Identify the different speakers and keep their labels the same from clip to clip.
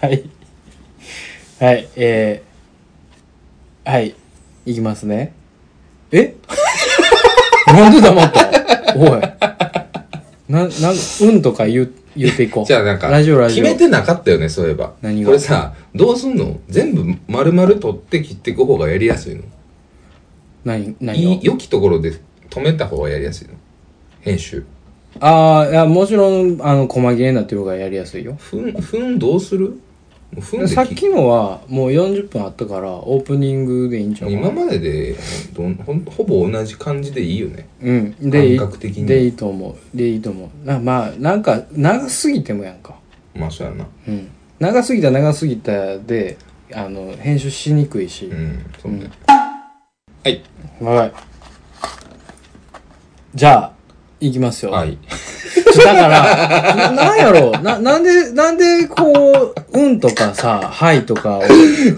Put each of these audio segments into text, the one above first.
Speaker 1: はい。はい、えー、はい、いきますね。え なんで黙ったおい。な、な、うんとか言う、言っていこう。
Speaker 2: じゃあなんか、
Speaker 1: ラジオラジ
Speaker 2: 決
Speaker 1: オ。
Speaker 2: めてなかったよね、そういえば。
Speaker 1: 何が
Speaker 2: これさ、どうすんの全部丸々取って切っていく方がやりやすいの
Speaker 1: 何、何を
Speaker 2: いい良きところで止めた方がやりやすいの編集。
Speaker 1: ああ、いや、もちろん、あの、細切れになってる方がやりやすいよ。
Speaker 2: ふん、ふんどうするもうふんで切
Speaker 1: さっきのは、もう40分あったから、オープニングでいいんちゃうかな
Speaker 2: 今まででどんほんほぼ同じ感じでいいよね。
Speaker 1: うん。で、いい
Speaker 2: 感覚的に
Speaker 1: でいいと思う。でいいと思う。なまあ、なんか、長すぎてもやんか。
Speaker 2: まあそうやな。
Speaker 1: うん。長すぎた長すぎたで、あの、編集しにくいし
Speaker 2: う。ん、そうね。はい。
Speaker 1: はい。じゃあ、いきますよ。
Speaker 2: はい。
Speaker 1: だから、 ななんやろうな、なんで、なんでこう、うんとかさ、はいと かを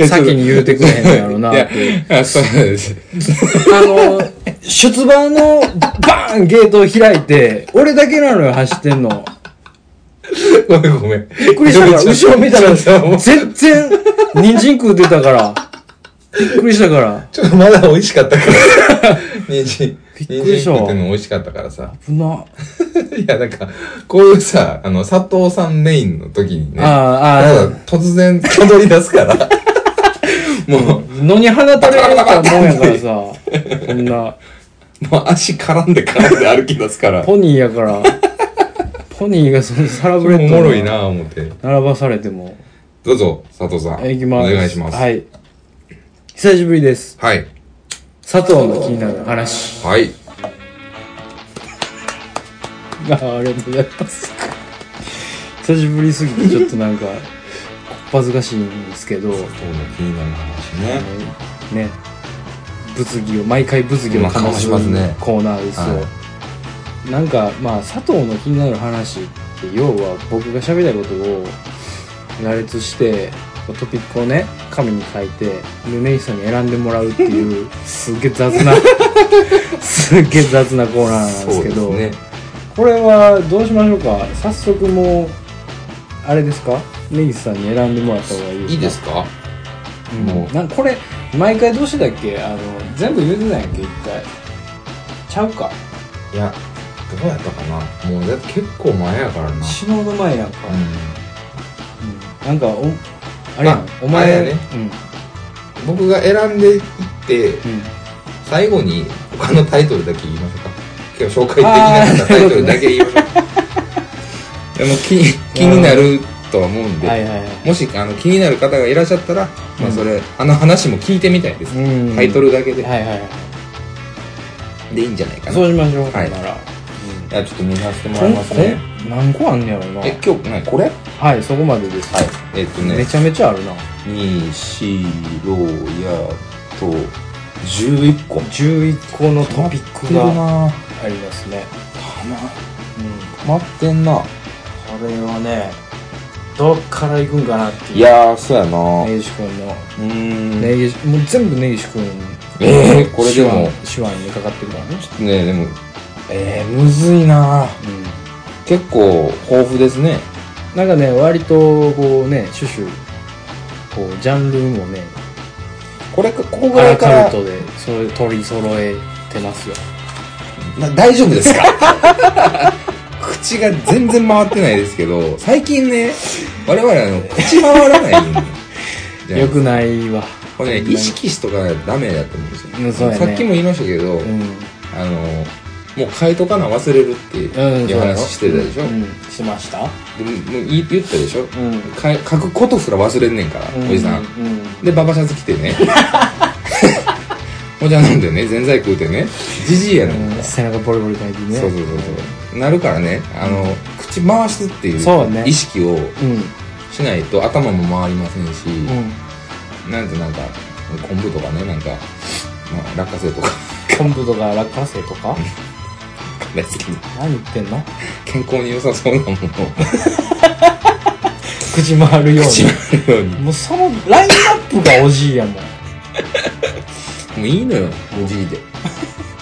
Speaker 1: 先に言うてくれへんのやろうなっていう。
Speaker 2: いや、そうなんです。
Speaker 1: あの、出馬のバーンゲートを開いて、俺だけなのよ、走ってんの。
Speaker 2: ごめんごめん。
Speaker 1: びっくりしたから、
Speaker 2: ちょ
Speaker 1: 後ろ見た
Speaker 2: ちょっと
Speaker 1: ら、
Speaker 2: もう
Speaker 1: 全然、人参食うてたから。びっくりしたから。
Speaker 2: ちょっとまだ美味しか ったから。人参。
Speaker 1: びっくりした
Speaker 2: 人参食ってんの美味しかったからさ。
Speaker 1: 危な。
Speaker 2: いや、なんか、こういうさ、あの、佐藤さんメインの時にね、
Speaker 1: あー
Speaker 2: なんか突然踊り出すから。 もう、
Speaker 1: 野に放たれるたもんやからさ。こんな、
Speaker 2: もう足絡んで絡んで歩き出すから。
Speaker 1: ポニーやから。ポニーがそのサラ
Speaker 2: お
Speaker 1: ブレッド
Speaker 2: もろい
Speaker 1: に
Speaker 2: なぁ思って。
Speaker 1: 並ばされても。
Speaker 2: どうぞ、佐藤さん。
Speaker 1: いきます。
Speaker 2: お願いします。。
Speaker 1: はいい。久しぶりです。
Speaker 2: はい。
Speaker 1: 佐藤の気になる話。
Speaker 2: はい。
Speaker 1: あーありがとうございます。久しぶりすぎてちょっとなんか、こっぱずかしいんですけど、
Speaker 2: 今日の気になる話ね。
Speaker 1: ね、物議を、毎回物議をかまし
Speaker 2: まあかましますね
Speaker 1: コーナーですよ。
Speaker 2: は
Speaker 1: なんか、まあ、佐藤の気になる話って、要は僕が喋りたいことを羅列して、トピックをね、紙に書いて、で、ネイさんに選んでもらうって いう、すっげえ雑な、すっげえ雑なコーナーなんですけど、
Speaker 2: そうですね。
Speaker 1: これはどうしましょうか早速もうあれですか根岸さんに選んでもらった方がいいですか
Speaker 2: いいですか
Speaker 1: うん
Speaker 2: もう
Speaker 1: なんかこれ毎回どうしてたっけあの全部言うてないやんけ一回ちゃうか
Speaker 2: いや、どうやったかなもう、だって結構前やからな。
Speaker 1: 死のうの前やんか、
Speaker 2: う
Speaker 1: うんなんかおあれやん、
Speaker 2: まあ
Speaker 1: お
Speaker 2: あれ
Speaker 1: 前
Speaker 2: やねん。僕が選んでいって、
Speaker 1: うん、うん、
Speaker 2: 最後に他のタイトルだけ言いましょうか今日紹介できなかったタイトルだけ言いましょうでも気 に気になるとは思うんで、
Speaker 1: はいはいはい
Speaker 2: もしあの気になる方がいらっしゃったら、ま
Speaker 1: う
Speaker 2: あ、
Speaker 1: ん
Speaker 2: それあの話も聞いてみたいです、
Speaker 1: うん
Speaker 2: タイトルだけで、
Speaker 1: はいはいはい
Speaker 2: でいいんじゃないかな
Speaker 1: そうしましょう、
Speaker 2: はい
Speaker 1: なら、
Speaker 2: じゃあちょっと見させても
Speaker 1: こ
Speaker 2: ら
Speaker 1: ん
Speaker 2: いますね
Speaker 1: え何個あんねやろな
Speaker 2: え今日ねこれはい
Speaker 1: はいそこまでです、
Speaker 2: えっと
Speaker 1: め
Speaker 2: ね
Speaker 1: ちゃめちゃあるな
Speaker 2: 2四ろやと11個
Speaker 1: 11個のトピックが
Speaker 2: な
Speaker 1: ありますね、うん
Speaker 2: 溜まってんな
Speaker 1: これはねどっから行くんかなっていう
Speaker 2: いやーそうやな
Speaker 1: 根岸君の
Speaker 2: うーん
Speaker 1: 根岸もう全部根岸君
Speaker 2: えーこれでも
Speaker 1: 手腕手腕にかかってるからね
Speaker 2: ねでもえー、むずい
Speaker 1: う
Speaker 2: な
Speaker 1: ん
Speaker 2: 結構豊富ですね
Speaker 1: なんかね割とこうねシュシュこうジャンルもね
Speaker 2: これかここ
Speaker 1: ア
Speaker 2: ぐら
Speaker 1: ラ
Speaker 2: いか
Speaker 1: カル
Speaker 2: ら
Speaker 1: トでそれ取り揃えてますよ
Speaker 2: な大丈夫ですか 口が全然回ってないですけど最近ね我々あの口回らないんでじゃ あ
Speaker 1: よくないわ
Speaker 2: これね意識しとかないとダメだと思うんですよ、
Speaker 1: うんそうやね
Speaker 2: さっきも言いましたけど、
Speaker 1: うん
Speaker 2: あのもう変えとかな忘れるって
Speaker 1: うん
Speaker 2: い
Speaker 1: そうう
Speaker 2: 話してたでしょ、
Speaker 1: う
Speaker 2: で
Speaker 1: んしました
Speaker 2: ももう言言ったでしょ
Speaker 1: うん
Speaker 2: か書くことすら忘れんねんから、おじさ
Speaker 1: う
Speaker 2: ん
Speaker 1: ん
Speaker 2: で、ババシャツ着てね。 お茶飲んでね、ぜんざい食うてね。じじいやねん。
Speaker 1: うん背中ボリボリ書いてね
Speaker 2: そうそうそうそう。なるからね、あの、口回すってい
Speaker 1: そうね
Speaker 2: う意識を
Speaker 1: うん
Speaker 2: しないと頭も回りませんし、
Speaker 1: うん
Speaker 2: なんてなんか、昆布とかね、なんか、まあ、落花生とか、
Speaker 1: 昆布とか落花生とか
Speaker 2: 大好きな
Speaker 1: 何言ってんの
Speaker 2: 健康に良さそうなものを
Speaker 1: 口回るよ
Speaker 2: 口
Speaker 1: う
Speaker 2: にあるように。
Speaker 1: にもうそのラインナップがおじいやもん
Speaker 2: もういいのよ、おじいで。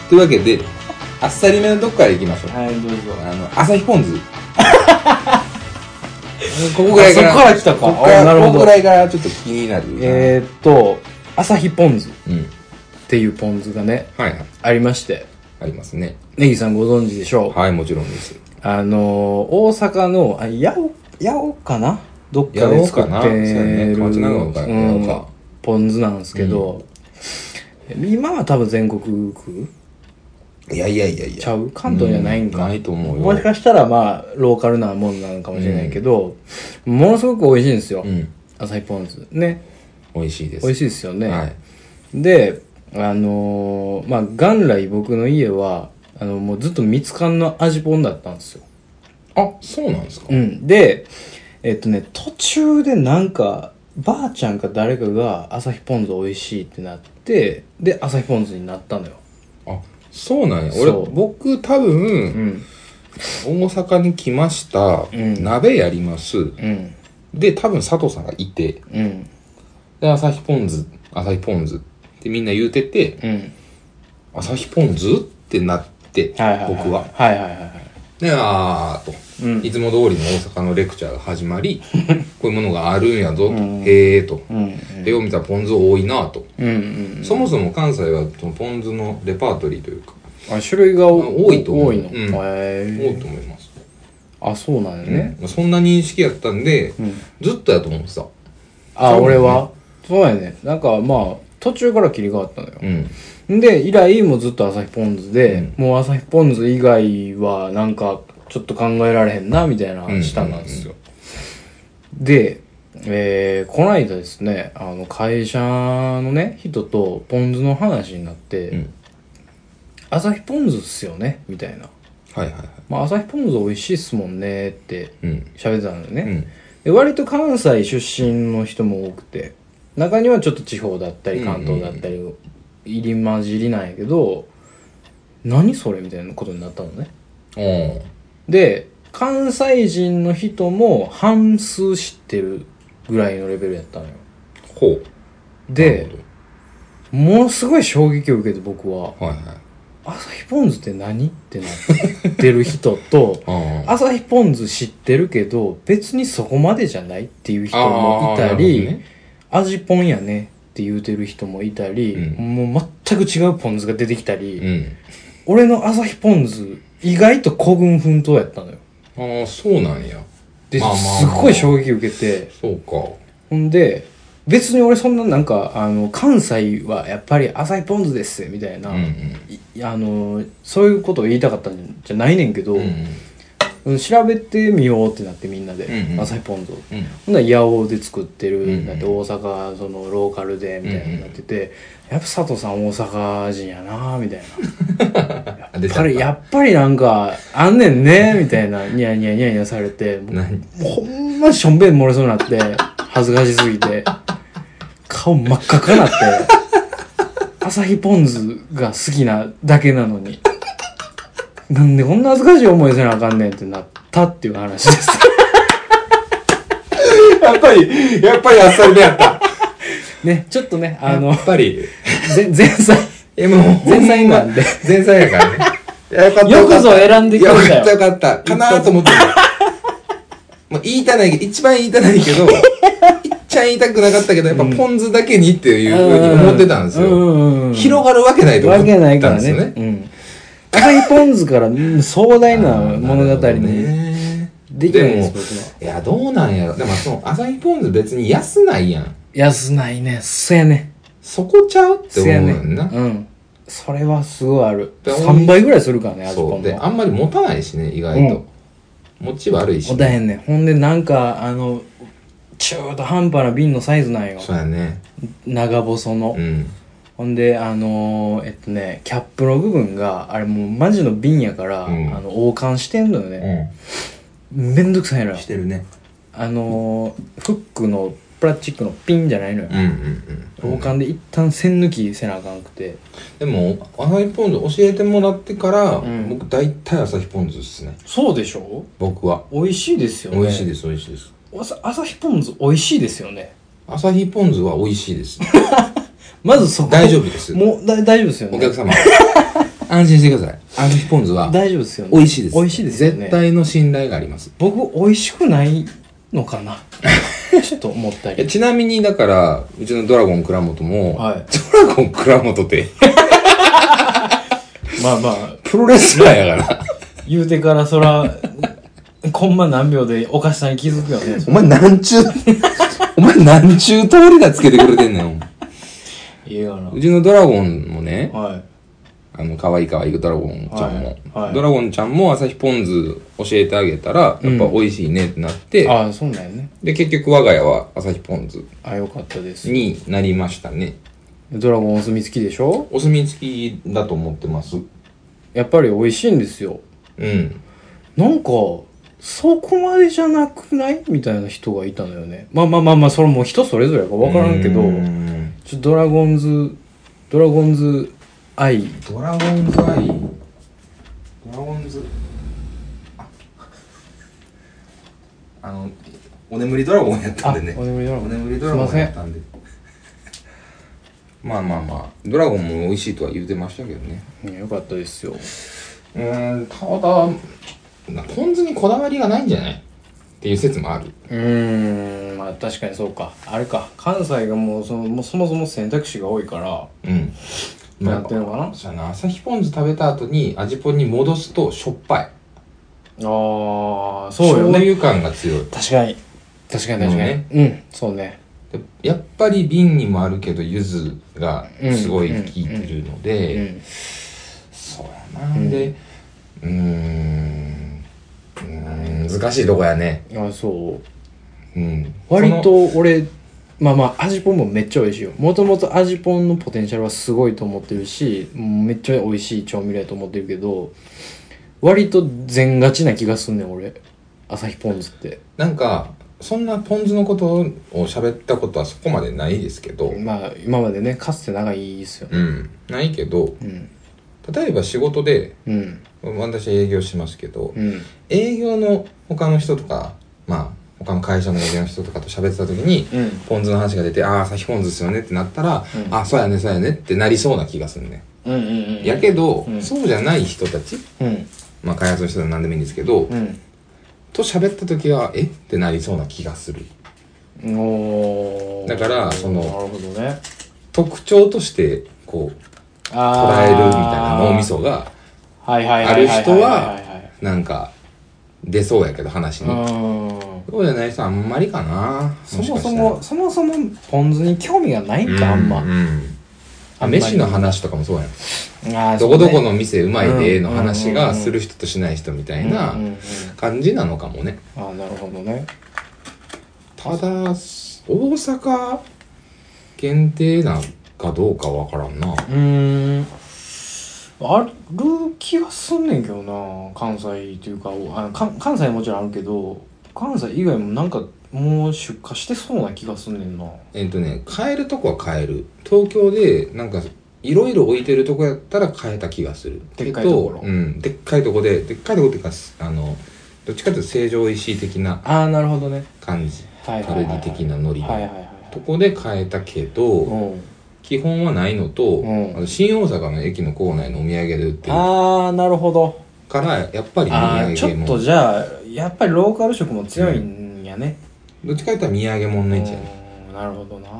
Speaker 2: というわけで、あっさりめのどっから行きましょう。
Speaker 1: はいどうぞ
Speaker 2: あの、朝日ポン酢。 ここぐらいから。
Speaker 1: あそこから来たか
Speaker 2: ここから
Speaker 1: あなるほど
Speaker 2: ここぐらいからちょっと気になる。
Speaker 1: えーっと朝日ポン酢っ
Speaker 2: うん。
Speaker 1: ていうポン酢がね
Speaker 2: はいはい。
Speaker 1: ありまして
Speaker 2: ありますね。
Speaker 1: ネギさんご存知でしょう、
Speaker 2: はい、もちろんです。
Speaker 1: あのー大阪のあ八尾八尾かなどっかで作って
Speaker 2: 八尾かなそうやね
Speaker 1: る
Speaker 2: 河内長岡か
Speaker 1: うん
Speaker 2: 八尾か
Speaker 1: ポン酢なんですけど、今は多分全国区
Speaker 2: いやいやいやいや。
Speaker 1: ちゃう関東じゃないん
Speaker 2: う
Speaker 1: か、
Speaker 2: ないと思うよ。
Speaker 1: もしかしたらまあローカルなもんなのかもしれないけど、ものすごく美味しいんですよ、
Speaker 2: うん。
Speaker 1: 朝日ポン酢ね
Speaker 2: 美味しいです。
Speaker 1: 美味しいですよね、
Speaker 2: はい。
Speaker 1: であのーまあ元来僕の家はあのもうずっと蜜缶の味ぽんだったんですよ
Speaker 2: あ、そうなんですか
Speaker 1: うん、でえっとね途中でなんかばあちゃんか誰かが朝日ポン酢美味しいってなってで朝日ポン酢になったのよ
Speaker 2: あ、そうなんや。
Speaker 1: そ
Speaker 2: 俺、
Speaker 1: う
Speaker 2: 僕多
Speaker 1: う
Speaker 2: 分、
Speaker 1: ん
Speaker 2: 大阪に来ました。
Speaker 1: ん
Speaker 2: 鍋やります。
Speaker 1: うん
Speaker 2: で、多分佐藤さんがいて、
Speaker 1: うん
Speaker 2: で、朝日ポン酢、朝日ポン酢ってみんな言うてて、
Speaker 1: うん
Speaker 2: 朝日ポン酢ってなって、僕
Speaker 1: はいはいい
Speaker 2: は。
Speaker 1: はいはいはいはい
Speaker 2: で、あーと、
Speaker 1: うん
Speaker 2: いつも通りの大阪のレクチャーが始 まり、こういうものがあるんやぞ、と
Speaker 1: ん
Speaker 2: へーと。
Speaker 1: うん
Speaker 2: で、よう見たらポン酢多いなと。
Speaker 1: うんうん
Speaker 2: そもそも関西はそのポン酢のレパートリーというか、
Speaker 1: あ種類がお
Speaker 2: あ多いと思う
Speaker 1: 多いの、
Speaker 2: うん
Speaker 1: へ
Speaker 2: 多い
Speaker 1: え
Speaker 2: と思います。
Speaker 1: あそうなんやね、
Speaker 2: ね、そんな認識やったんで、
Speaker 1: ん
Speaker 2: ずっとやと思ってた。
Speaker 1: あ
Speaker 2: そうだね
Speaker 1: 俺はそうやねなんかまあ途中から切り替わったのよ
Speaker 2: うん。
Speaker 1: で以来もずっと朝日ポン酢で、
Speaker 2: う
Speaker 1: もう朝日ポン酢以外はなんかちょっと考えられへんなみたいなしたんですよ、で、えー、この間ですねあの会社のね人とポン酢の話になって、
Speaker 2: うん
Speaker 1: 朝日ポン酢っすよねみたいな、
Speaker 2: はいはいはい。
Speaker 1: まあ、朝日ポン酢美味しいっすもんねって
Speaker 2: うん。
Speaker 1: 喋ってたのよね、
Speaker 2: うん。
Speaker 1: で割と関西出身の人も多くて中にはちょっと地方だったり関東だったり入り混じりなんやけど、何それみたいなことになったのね
Speaker 2: おー
Speaker 1: で関西人の人も半数知ってるぐらいのレベルやったのよ
Speaker 2: ほう。
Speaker 1: で
Speaker 2: なる
Speaker 1: ものすごい衝撃を受けて僕は
Speaker 2: ほどはいはい。
Speaker 1: 「朝日ポン酢って何?」ってなってる人 と
Speaker 2: ああ。
Speaker 1: 朝日ポン酢知ってるけど別にそこまでじゃないっていう人もいた
Speaker 2: あー
Speaker 1: り、
Speaker 2: なるほどね
Speaker 1: 味ポンやねって言うてる人もいたり、
Speaker 2: う
Speaker 1: もう全く違うポン酢が出てきたり、
Speaker 2: うん。
Speaker 1: 俺の朝日ポン酢意外と孤軍奮闘やったのよ
Speaker 2: ああ、そうなんや。
Speaker 1: で、
Speaker 2: まあまあまあ
Speaker 1: すっごい衝撃受けて
Speaker 2: そうか。
Speaker 1: ほんで別に俺そんななんかあの関西はやっぱり朝日ポン酢ですみたいな、
Speaker 2: うんうん。
Speaker 1: いあのそういうことを言いたかったんじゃないねんけど、
Speaker 2: うんうん。
Speaker 1: うん調べてみようってなってみんなで、
Speaker 2: うんうん
Speaker 1: 朝日ポン酢を
Speaker 2: うん。
Speaker 1: ほんなら八尾で作ってる、
Speaker 2: うんうん
Speaker 1: だって大阪そのローカルでみたいになってて、やっぱ佐藤さん大阪人やなみたい な
Speaker 2: 出
Speaker 1: やっ
Speaker 2: ち
Speaker 1: ぱ
Speaker 2: ゃった
Speaker 1: りやっぱりなんかあんねんねみたいなニヤニヤニヤニヤされてもう
Speaker 2: 何
Speaker 1: もうほんまにしょんべん漏れそうになって恥ずかしすぎて顔真っ赤かなって朝日ポン酢が好きなだけなのになんでこんな恥ずかしい思いせなあかんねんってなったっていう話です
Speaker 2: やっぱり、やっぱりあっさりでやった。
Speaker 1: ね、ちょっとね、あ
Speaker 2: や
Speaker 1: の、
Speaker 2: っぱり。
Speaker 1: ぜ前菜、
Speaker 2: え、もう、
Speaker 1: 前菜なんで。
Speaker 2: 前菜やからね。いやよかった
Speaker 1: よくぞ選んでくれたよ
Speaker 2: よかったよかった。かなーと思ってた。もう言いたないけど、一番言いたないけど、いっちゃん言いたくなかったけど、やっぱポン酢だけにっていうふうに思ってたんです
Speaker 1: う
Speaker 2: よ。
Speaker 1: んうんうん、
Speaker 2: 広がるわけないと思
Speaker 1: わ
Speaker 2: っ
Speaker 1: けない
Speaker 2: て
Speaker 1: か
Speaker 2: たん
Speaker 1: ら
Speaker 2: です
Speaker 1: ね。
Speaker 2: よね。
Speaker 1: うん。赤いポン酢からうん壮大な物語に
Speaker 2: ね。
Speaker 1: できないん
Speaker 2: でも
Speaker 1: です、僕は。
Speaker 2: いや、どうなんやろ。でも、その、朝日ポン酢別に安ないやん。
Speaker 1: 安ないね、せやね。
Speaker 2: そこちゃうって
Speaker 1: せ
Speaker 2: 思う
Speaker 1: や
Speaker 2: や
Speaker 1: ね。
Speaker 2: んな。
Speaker 1: うん。それはすごいある。
Speaker 2: で
Speaker 1: 3倍ぐらいするからね、味
Speaker 2: そ
Speaker 1: ポ
Speaker 2: う。
Speaker 1: ン
Speaker 2: で、
Speaker 1: は。
Speaker 2: あんまり持たないしね、意外と。持ち悪いし
Speaker 1: お
Speaker 2: ね。
Speaker 1: だへんね。ほんで、なんか、あの、中途半端な瓶のサイズなんよ。
Speaker 2: そうやね。
Speaker 1: 長細の。
Speaker 2: うん。
Speaker 1: ほんであのーえっとねキャップの部分があれもうマジの瓶やから、
Speaker 2: うん
Speaker 1: あの王冠してんのよね、
Speaker 2: う
Speaker 1: めんどくさいのよ
Speaker 2: ん。してるね。
Speaker 1: あのーフックのプラスチックのピンじゃないのよ
Speaker 2: う、んうんうん。
Speaker 1: 王冠で一旦線抜きせなあかんくて、
Speaker 2: でも、朝日ポン酢教えてもらってから、
Speaker 1: ん
Speaker 2: 僕大体朝日ポン酢っすね。
Speaker 1: そうでしょ
Speaker 2: 僕は。
Speaker 1: 美味しいですよね
Speaker 2: 美味しいですす、美味しいです。
Speaker 1: 朝日ポン酢美味しいですよね
Speaker 2: 朝日ポン酢は美味し いです。
Speaker 1: まずそこ
Speaker 2: 大丈夫です。
Speaker 1: もうだ大丈夫ですよね
Speaker 2: お客 様。安心してください。朝日ポン酢は
Speaker 1: 大丈夫ですよね
Speaker 2: 美味しいです。
Speaker 1: 美味しいですよね
Speaker 2: 絶対の信頼があります。
Speaker 1: 僕美味しくないのか なちょっと思った
Speaker 2: え
Speaker 1: り。
Speaker 2: ちなみに、だから、うちのドラゴン倉本も、
Speaker 1: はい
Speaker 2: ドラゴン倉本って、
Speaker 1: まあまあ、
Speaker 2: プロレスラーやから。
Speaker 1: 言うてからそら、 コンマ何秒でおかしさに気づくよね。
Speaker 2: お前何ちゅう、 お前何ちゅう通りだつけてくれてんのよ。
Speaker 1: いいよな
Speaker 2: う。ちのドラゴンもね、
Speaker 1: はい。
Speaker 2: あの、可愛い可愛いドラゴンちゃんも、
Speaker 1: はいはい
Speaker 2: ドラゴンちゃんも朝日ポン酢教えてあげたら、やっぱ美味しいねってなって、
Speaker 1: ああ、そうなんやね。
Speaker 2: で、結局我が家は朝日ポン酢
Speaker 1: あよかったです。
Speaker 2: になりましたね。
Speaker 1: ドラゴンお墨付きでしょ
Speaker 2: お墨付きだと思ってます。
Speaker 1: やっぱり美味しいんですよ。
Speaker 2: うん。
Speaker 1: なんか、そこまでじゃなくないみたいな人がいたのよね。まあまあまあまあ、それも人それぞれやから分からんけど、
Speaker 2: うん
Speaker 1: ちょっとドラゴンズ、ドラゴンズ愛、
Speaker 2: ドラゴンズアイ。ドラゴンズ。 ああの、お眠りドラゴンやったんでね。
Speaker 1: あお眠りドラゴン
Speaker 2: お眠りドラゴン
Speaker 1: すいません
Speaker 2: やったんで。 まあまあまあ、ドラゴンも美味しいとは言ってましたけどね。
Speaker 1: ねよかったですよ。
Speaker 2: うーん、ただ、なポン酢にこだわりがないんじゃないっていう説もある。
Speaker 1: うーん、まあ確かにそうか。あれか、関西がもうそのもうそもそも選択肢が多いから、
Speaker 2: うん。
Speaker 1: やってんのかな
Speaker 2: そうやな、朝日ポン酢食べた後に味ポンに戻すとしょっぱい。
Speaker 1: ああ、そうよ
Speaker 2: 醤
Speaker 1: ね。
Speaker 2: 油感が強い。
Speaker 1: 確かに。確かに確か
Speaker 2: もう
Speaker 1: に。
Speaker 2: ね
Speaker 1: うん、そうね。
Speaker 2: でやっぱり瓶にもあるけど柚子がすごい効いてるの
Speaker 1: う
Speaker 2: で、
Speaker 1: ん。
Speaker 2: そうやな、でうーんうーん難しいとこやね
Speaker 1: あそう。
Speaker 2: うん
Speaker 1: 割
Speaker 2: その
Speaker 1: と俺まあまあ味ぽんもめっちゃ美味しいよもともと味ぽんのポテンシャルはすごいと思ってるしめっちゃ美味しい調味料やと思ってるけど割と全勝ちな気がすんねん俺朝日ポン酢って
Speaker 2: なんかそんなポン酢のことを喋ったことはそこまでないですけど
Speaker 1: まあ今までねかつて長いですよね
Speaker 2: うんないけど
Speaker 1: うん
Speaker 2: 例えば仕事で
Speaker 1: うん
Speaker 2: 私営業しますけど
Speaker 1: うん
Speaker 2: 営業の他の人とかまあ他の会社の営業の人とかと喋ってた時に、
Speaker 1: うん
Speaker 2: ポン酢の話が出て、ああ、朝日ポン酢ですよねってなったら、
Speaker 1: うん
Speaker 2: あそうやね、そうやねってなりそうな気がするね。
Speaker 1: うんうん
Speaker 2: やけど、
Speaker 1: うん
Speaker 2: そうじゃない人たち、
Speaker 1: うん
Speaker 2: まあ開発の人でも何でもいいんですけど、
Speaker 1: う
Speaker 2: と喋った時は、えってなりそうな気がする。
Speaker 1: んおー
Speaker 2: だからその
Speaker 1: なるほどね
Speaker 2: 特徴として、こう、捉
Speaker 1: あ
Speaker 2: えるみたいな
Speaker 1: あ
Speaker 2: 脳みそが、
Speaker 1: はいはい
Speaker 2: あ
Speaker 1: はい
Speaker 2: る
Speaker 1: はい
Speaker 2: 人
Speaker 1: はいはい
Speaker 2: は、なんか、出そうやけど話に。
Speaker 1: はいうん
Speaker 2: そうじゃない人はあんまりかな。
Speaker 1: そも
Speaker 2: しか
Speaker 1: そ
Speaker 2: したら
Speaker 1: も、そもそもポン酢に興味がないんか、あんま
Speaker 2: う。うんあ、飯の話とかもそうやん。
Speaker 1: あー
Speaker 2: どこどこの店うまいで
Speaker 1: うん
Speaker 2: の話
Speaker 1: うん
Speaker 2: が
Speaker 1: うんうん
Speaker 2: する人としない人みた
Speaker 1: そう
Speaker 2: い
Speaker 1: ね
Speaker 2: な
Speaker 1: うんうんうん
Speaker 2: 感じなのかもね。
Speaker 1: あーなるほどね。
Speaker 2: ただ、大阪限定なのかどうかわからんな。
Speaker 1: うーん。ある気がすんねんけどな、関西というか、おあの関関西もちろんあるけど、関西以外もなんかもう出荷してそうな気がすんねんな。
Speaker 2: えっとね、買えるとこは買える。東京でなんかいろいろ置いてるとこやったら買えた気がする。
Speaker 1: でっかいところ
Speaker 2: けどうん、でっかいとこで、でっかいとこっていうか、あの、どっちかというと成城石井的な
Speaker 1: ああ、なるほどね。
Speaker 2: 感じ。
Speaker 1: はい
Speaker 2: カ
Speaker 1: はいはい、は
Speaker 2: ルデ
Speaker 1: い。
Speaker 2: ィ的なノリの。
Speaker 1: はいはいはい。
Speaker 2: とこで買えたけど、
Speaker 1: うん、
Speaker 2: 基本はないのと、
Speaker 1: うん
Speaker 2: あと新大阪の駅の構内のお土産で売ってる
Speaker 1: ああ、なるほど。
Speaker 2: からやっぱり
Speaker 1: ああ、
Speaker 2: 土
Speaker 1: ち
Speaker 2: 産
Speaker 1: ょっ
Speaker 2: 物
Speaker 1: とじゃあ、やっぱりローカル色も強いんやね。
Speaker 2: どっちか言ったら土産物の位置やね
Speaker 1: うーんなるほどな、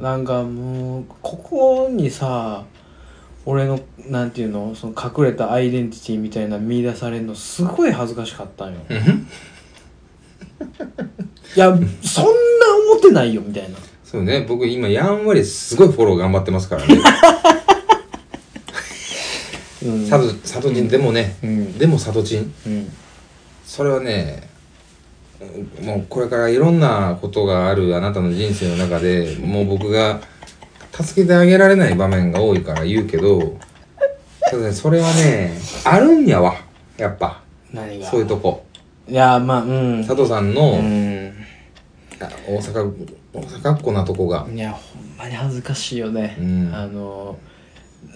Speaker 1: なんかもうここにさ俺のなんていうのその隠れたアイデンティティみたいな見出されるのすごい恥ずかしかった んよ
Speaker 2: うん
Speaker 1: いやそんな思ってないよみたいな
Speaker 2: そうね僕今やんわりすごいフォロー頑張ってますからね
Speaker 1: うん
Speaker 2: 佐渡佐渡人でもね、
Speaker 1: うん
Speaker 2: でも佐渡人
Speaker 1: うん
Speaker 2: それはねうんもうこれからいろんなことがあるあなたの人生の中でもう僕が助けてあげられない場面が多いから言うけどただねそれはねあるんやわやっぱ
Speaker 1: 何が
Speaker 2: そういうとこ
Speaker 1: いやまあうん
Speaker 2: 佐藤さん
Speaker 1: う
Speaker 2: の、
Speaker 1: ん
Speaker 2: あ大阪大阪っ子なとこが
Speaker 1: いやほんまに恥ずかしいよね、
Speaker 2: うん
Speaker 1: あの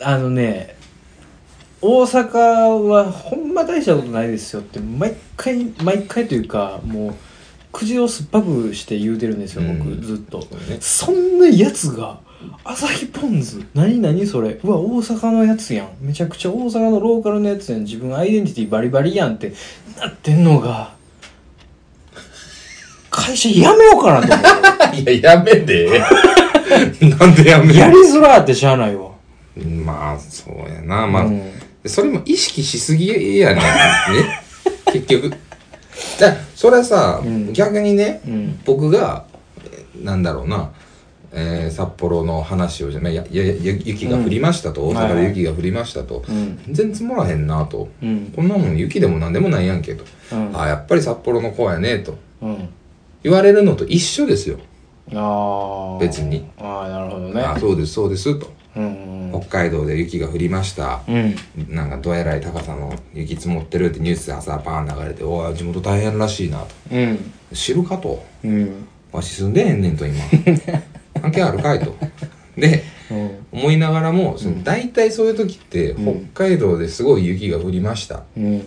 Speaker 1: あのね大阪はほんま大したことないですよって毎回毎回というかもう口を酸っぱくして言うてるんですよ僕、
Speaker 2: うん
Speaker 1: ずっと
Speaker 2: ね
Speaker 1: そんなやつが朝日ポン酢何何それうわ大阪のやつやんめちゃくちゃ大阪のローカルのやつやん自分アイデンティティバリバリやんってなってんのが会社辞めようかなと思
Speaker 2: いや、やめで。 なんでやめ
Speaker 1: うや
Speaker 2: る
Speaker 1: りづらーってしゃあないわ、
Speaker 2: まあ、そうやな。まあ、
Speaker 1: うん
Speaker 2: それも意識しすぎ やねん。ね結局。だそれはさ、
Speaker 1: うん
Speaker 2: 逆にね、
Speaker 1: うん
Speaker 2: 僕が、えーなんだろうな、えー札幌の話をじゃない、や、や、や雪が降りましたと、
Speaker 1: うん
Speaker 2: 大
Speaker 1: はい
Speaker 2: 阪で
Speaker 1: はい
Speaker 2: 雪が降りましたと、
Speaker 1: うん
Speaker 2: 全然積もらへんなと。
Speaker 1: うん
Speaker 2: こんなもん雪でもなんでもないやんけと。
Speaker 1: うん
Speaker 2: ああ、やっぱり札幌の子やねと。
Speaker 1: うん
Speaker 2: 言われるのと一緒ですよ。
Speaker 1: ああ
Speaker 2: 別に
Speaker 1: ああなるほどね
Speaker 2: ああ、そうです、そうです、と。
Speaker 1: うんうん
Speaker 2: 北海道で雪が降りました。
Speaker 1: うん
Speaker 2: なんかどえらい高さの雪積もってるってニュースで朝パーン流れて、おい、地元大変らしいなと。
Speaker 1: うん
Speaker 2: 知るかと。
Speaker 1: うん
Speaker 2: わし住んでへんねんと 今。関係あるかいと。で、
Speaker 1: うん
Speaker 2: 思いながらも、その大体そういう時って、
Speaker 1: うん
Speaker 2: 北海道ですごい雪が降りました。
Speaker 1: うん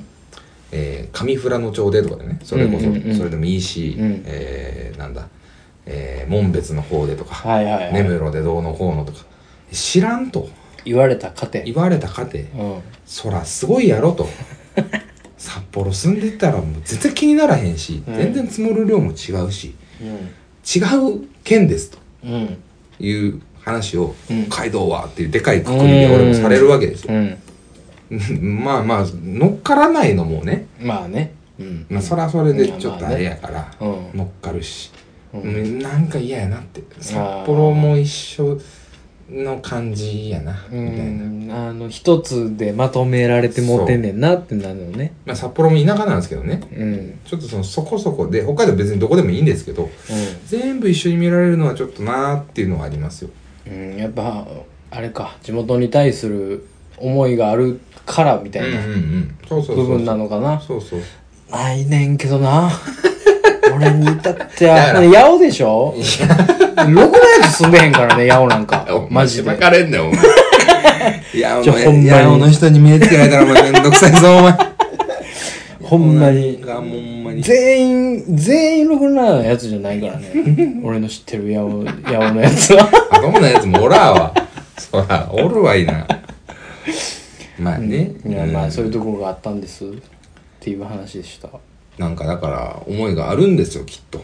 Speaker 2: えー、上富良野町でとかでね、それこそ、
Speaker 1: うんうんうん
Speaker 2: それでもいいし、
Speaker 1: うん
Speaker 2: えー、なんだ、えー、門別の方でとか、
Speaker 1: はいはい、
Speaker 2: 根
Speaker 1: はい、
Speaker 2: 室でどうのこうのとか、知らんと
Speaker 1: 言われた糧
Speaker 2: 言われたかて、
Speaker 1: うん
Speaker 2: そらすごい やろと札幌住んでたらもう全然気にならへんし、
Speaker 1: うん
Speaker 2: 全然積もる量も違うし
Speaker 1: うん
Speaker 2: 違う県ですと
Speaker 1: うん
Speaker 2: いう話を、
Speaker 1: うん
Speaker 2: 北海道はっていうでかい国民で俺もされるわけですよ、
Speaker 1: うん
Speaker 2: まあまあ乗っからないのもね、
Speaker 1: まあねうん
Speaker 2: まあ、そらそれでちょっとあれやから、
Speaker 1: まあねうん
Speaker 2: 乗っかるし、
Speaker 1: うん
Speaker 2: うんなんか嫌やなって札幌も一緒の感じやな
Speaker 1: う
Speaker 2: みたいな、
Speaker 1: んあの一つでまとめられてもうてんねんなってなるのね
Speaker 2: まあ、札幌も田舎なんですけどね
Speaker 1: うん
Speaker 2: ちょっとそのそこそこで北海道別にどこでもいいんですけど全部一緒に見られるのはちょっとなーっていうのはありますよ
Speaker 1: うん、うん、やっぱあれか地元に対する思いがあるからみ
Speaker 2: うん
Speaker 1: た
Speaker 2: う
Speaker 1: い
Speaker 2: んう
Speaker 1: なん
Speaker 2: そうそうそう
Speaker 1: 部分なのかな
Speaker 2: そうそう
Speaker 1: ないねんけどな 俺に至って
Speaker 2: だか
Speaker 1: は
Speaker 2: ら
Speaker 1: 八尾でしょろくなやつ住んでへんからね八尾なんかマジで
Speaker 2: 巻かれんねんお前いやお
Speaker 1: じゃあほんま
Speaker 2: 前
Speaker 1: に
Speaker 2: いやあの人に目つけられたらお前めんどくさいぞお前
Speaker 1: ほんまに
Speaker 2: がほんまに
Speaker 1: 全員全員ろくなやつじゃないから ね俺の知ってる八尾八尾のやつは
Speaker 2: あどんなやつもおらーわそらおるわいなまあね、
Speaker 1: いやま
Speaker 2: う
Speaker 1: あ
Speaker 2: ん
Speaker 1: そういうところがあったんですっていう話でした
Speaker 2: なんかだから思いがあるんですよきっと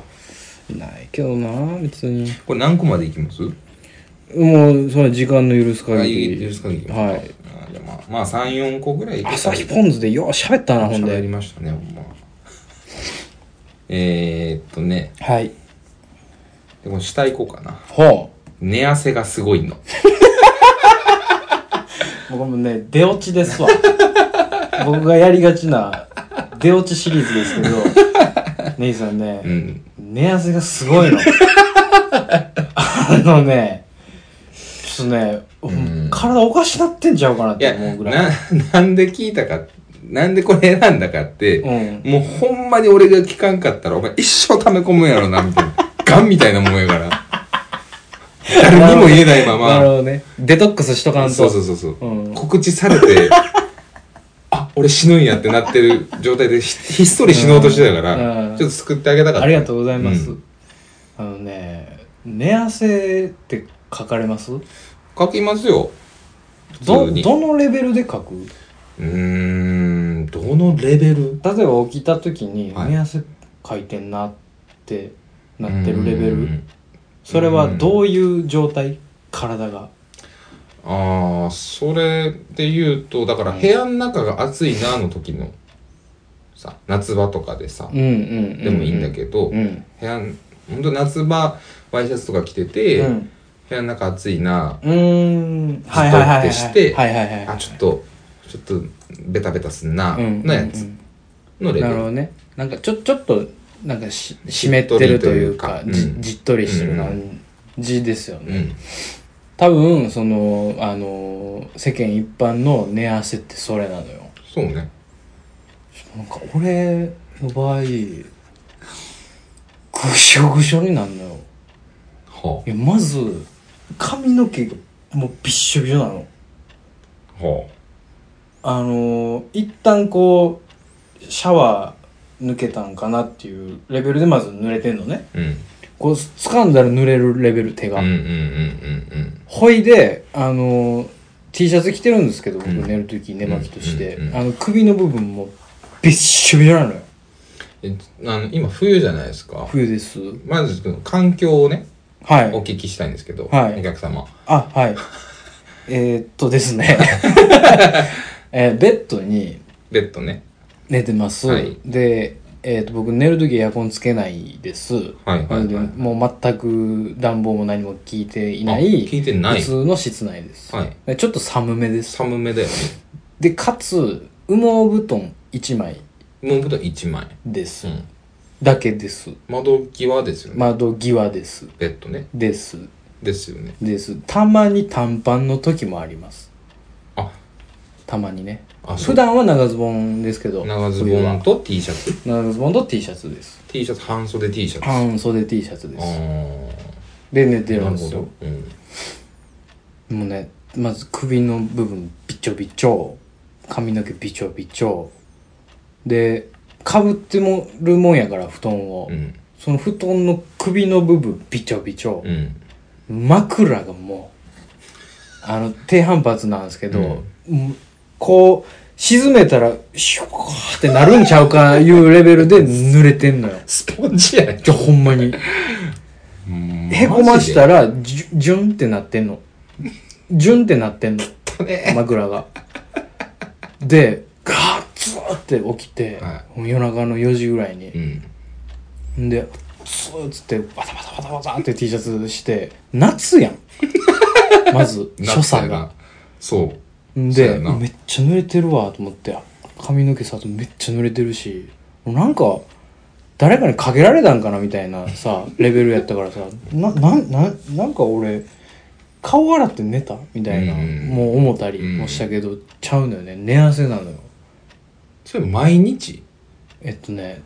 Speaker 1: ないけどな別に
Speaker 2: これ何個までいきます
Speaker 1: もうその時間の許す
Speaker 2: あ
Speaker 1: 限
Speaker 2: いい
Speaker 1: り
Speaker 2: ですかいきますか
Speaker 1: はい
Speaker 2: あじゃあまあ、まあ、34個ぐらいいけた
Speaker 1: 朝
Speaker 2: ら
Speaker 1: 日ポン酢でよう喋ったなほん
Speaker 2: 喋り
Speaker 1: で
Speaker 2: ましたねほんまえー、っとね
Speaker 1: はい
Speaker 2: でも下行こうかな
Speaker 1: ほう
Speaker 2: 寝汗がすごいの
Speaker 1: 僕もね出落ちです わ僕がやりがちな出落ちシリーズですけど姉さんね、
Speaker 2: うん
Speaker 1: 寝汗がすごいのあのねちょっとね、
Speaker 2: ん
Speaker 1: 体おかしなってんちゃうかなっ
Speaker 2: い
Speaker 1: て
Speaker 2: や
Speaker 1: 思うぐらい
Speaker 2: ななんで聞いたかなんでこれ選んだかって、
Speaker 1: う
Speaker 2: もうほんまに俺が聞かんかったらお前一生溜め込むやろなみたい なガンみたいなもんやから誰にも言えないま
Speaker 1: なるほ
Speaker 2: ま
Speaker 1: どねデトックスしとかんと
Speaker 2: そうそうそうそう、
Speaker 1: うん
Speaker 2: 告知されてあ俺死ぬんやってなってる状態でひひっそり死のうとしてたから、
Speaker 1: うん
Speaker 2: ちょっと救ってあげたかった
Speaker 1: ありがとうございます、
Speaker 2: うん
Speaker 1: あのね寝汗って書かれます
Speaker 2: 書きますよ普
Speaker 1: ど
Speaker 2: 通に
Speaker 1: どのレベルで書く
Speaker 2: うーんどのレベル
Speaker 1: 例えば起きた時に
Speaker 2: はい
Speaker 1: 寝汗かいてんなってなってるレベ
Speaker 2: う
Speaker 1: ル
Speaker 2: ん
Speaker 1: それはどういう状態体が
Speaker 2: ああそれで言うとだから
Speaker 1: うん
Speaker 2: 部屋の中が暑いなの時のさ夏場とかでさ、
Speaker 1: うんうん
Speaker 2: でもいいんだけど、
Speaker 1: うん
Speaker 2: 部屋ほんと夏場ワイシャツとか着て
Speaker 1: う
Speaker 2: て、
Speaker 1: ん
Speaker 2: 部屋の中暑いな
Speaker 1: うーんはいはいはいはい
Speaker 2: ずっとってして
Speaker 1: はいはいはいはい
Speaker 2: あちょっとちょっとベタベタすんな
Speaker 1: うん
Speaker 2: のやつ
Speaker 1: うん
Speaker 2: の
Speaker 1: うん
Speaker 2: レベ
Speaker 1: なる
Speaker 2: ル、
Speaker 1: ほどねなんかちょちょっとなんかし湿ってるというか
Speaker 2: しっとりというか
Speaker 1: じ
Speaker 2: うん
Speaker 1: じっとりしてる
Speaker 2: う
Speaker 1: 感じですよね
Speaker 2: うん
Speaker 1: 多分そのあの世間一般の寝汗ってそれなのよ
Speaker 2: そうね
Speaker 1: なんか俺の場合ぐしょぐしょになるのよ
Speaker 2: はい
Speaker 1: やまず髪の毛がもうびっしょびしょなの
Speaker 2: あは
Speaker 1: あのー、一旦こうシャワー抜けたんかなっていうレベルでまず濡れてんのね
Speaker 2: あうん
Speaker 1: こう掴んだら濡れるレベル手が、
Speaker 2: うんうんうんうんうん
Speaker 1: ほいであのー、T シャツ着てるんですけど僕
Speaker 2: うん
Speaker 1: 寝る時寝巻きとして、
Speaker 2: うんうんうん
Speaker 1: あの首の部分もびっしょびしょなのよ
Speaker 2: えあの今冬じゃないですか
Speaker 1: 冬です。
Speaker 2: まずその環境をね
Speaker 1: は
Speaker 2: お
Speaker 1: い。
Speaker 2: 聞きしたいんですけど、
Speaker 1: はい
Speaker 2: お客様
Speaker 1: あ、はい。 えーっとです ね。えーベッドに
Speaker 2: ベッドね
Speaker 1: 寝てます。
Speaker 2: はい
Speaker 1: で、えーっと、僕寝るときエアコンつけないです。
Speaker 2: はいはいはい
Speaker 1: なのでもう全く暖房も何も効いていな
Speaker 2: あ
Speaker 1: い。
Speaker 2: 聞いてない
Speaker 1: 普通の室内です。
Speaker 2: はい
Speaker 1: でちょっと寒めです。
Speaker 2: 寒めだよ
Speaker 1: で、かつ、羽毛布団1枚
Speaker 2: ねもう布団1枚、
Speaker 1: です。
Speaker 2: うん、
Speaker 1: だけです。
Speaker 2: 窓際ですよね、
Speaker 1: 窓際です。
Speaker 2: ベッドね
Speaker 1: です。
Speaker 2: ですよね
Speaker 1: です。たまに短パンの時もあります。
Speaker 2: あ
Speaker 1: たまにね。
Speaker 2: あそう
Speaker 1: 普段は長ズボンですけど。
Speaker 2: 長ズ
Speaker 1: 冬
Speaker 2: ボン
Speaker 1: は
Speaker 2: と T シャツ
Speaker 1: 長ズボンと T シャツです。
Speaker 2: T シャツ半袖 T シャツあ
Speaker 1: 半袖 T シャツです。
Speaker 2: あ
Speaker 1: で、寝て
Speaker 2: ー
Speaker 1: る
Speaker 2: なんる
Speaker 1: で
Speaker 2: ほ
Speaker 1: すよ
Speaker 2: ど。、うん、
Speaker 1: もうね、まず首の部分、びちょびちょ。髪の毛びちょびちょ。で、かぶってもるもんやから、布団を。
Speaker 2: うん
Speaker 1: その布団の首の部分、びちょびちょ
Speaker 2: う。ん
Speaker 1: 枕がもうあの低反発なんですけど、
Speaker 2: う
Speaker 1: もうこう沈めたらシュワーってなるんちゃうかいうレベルで濡れてんのよ
Speaker 2: スポンジやね
Speaker 1: じゃほんまにへこましたらジュジュンってなってんのジュンってなってんの枕がでガツーって起きて、
Speaker 2: は
Speaker 1: 夜中の4時ぐらいに
Speaker 2: う、ん
Speaker 1: ん、でツーっつってバタバタバタバタって T シャツして夏やんまず所作が
Speaker 2: そうそうや
Speaker 1: で
Speaker 2: な
Speaker 1: めっちゃ濡れてるわと思って髪の毛さめっちゃ濡れてるしなんか誰かにかけられたんかなみたいなさレベルやったからさななんなんなんか俺顔洗って寝たみたいな、
Speaker 2: うん
Speaker 1: もう思ったりもしたけど、ちゃうのよね寝汗なのよ
Speaker 2: それ毎日
Speaker 1: えっとね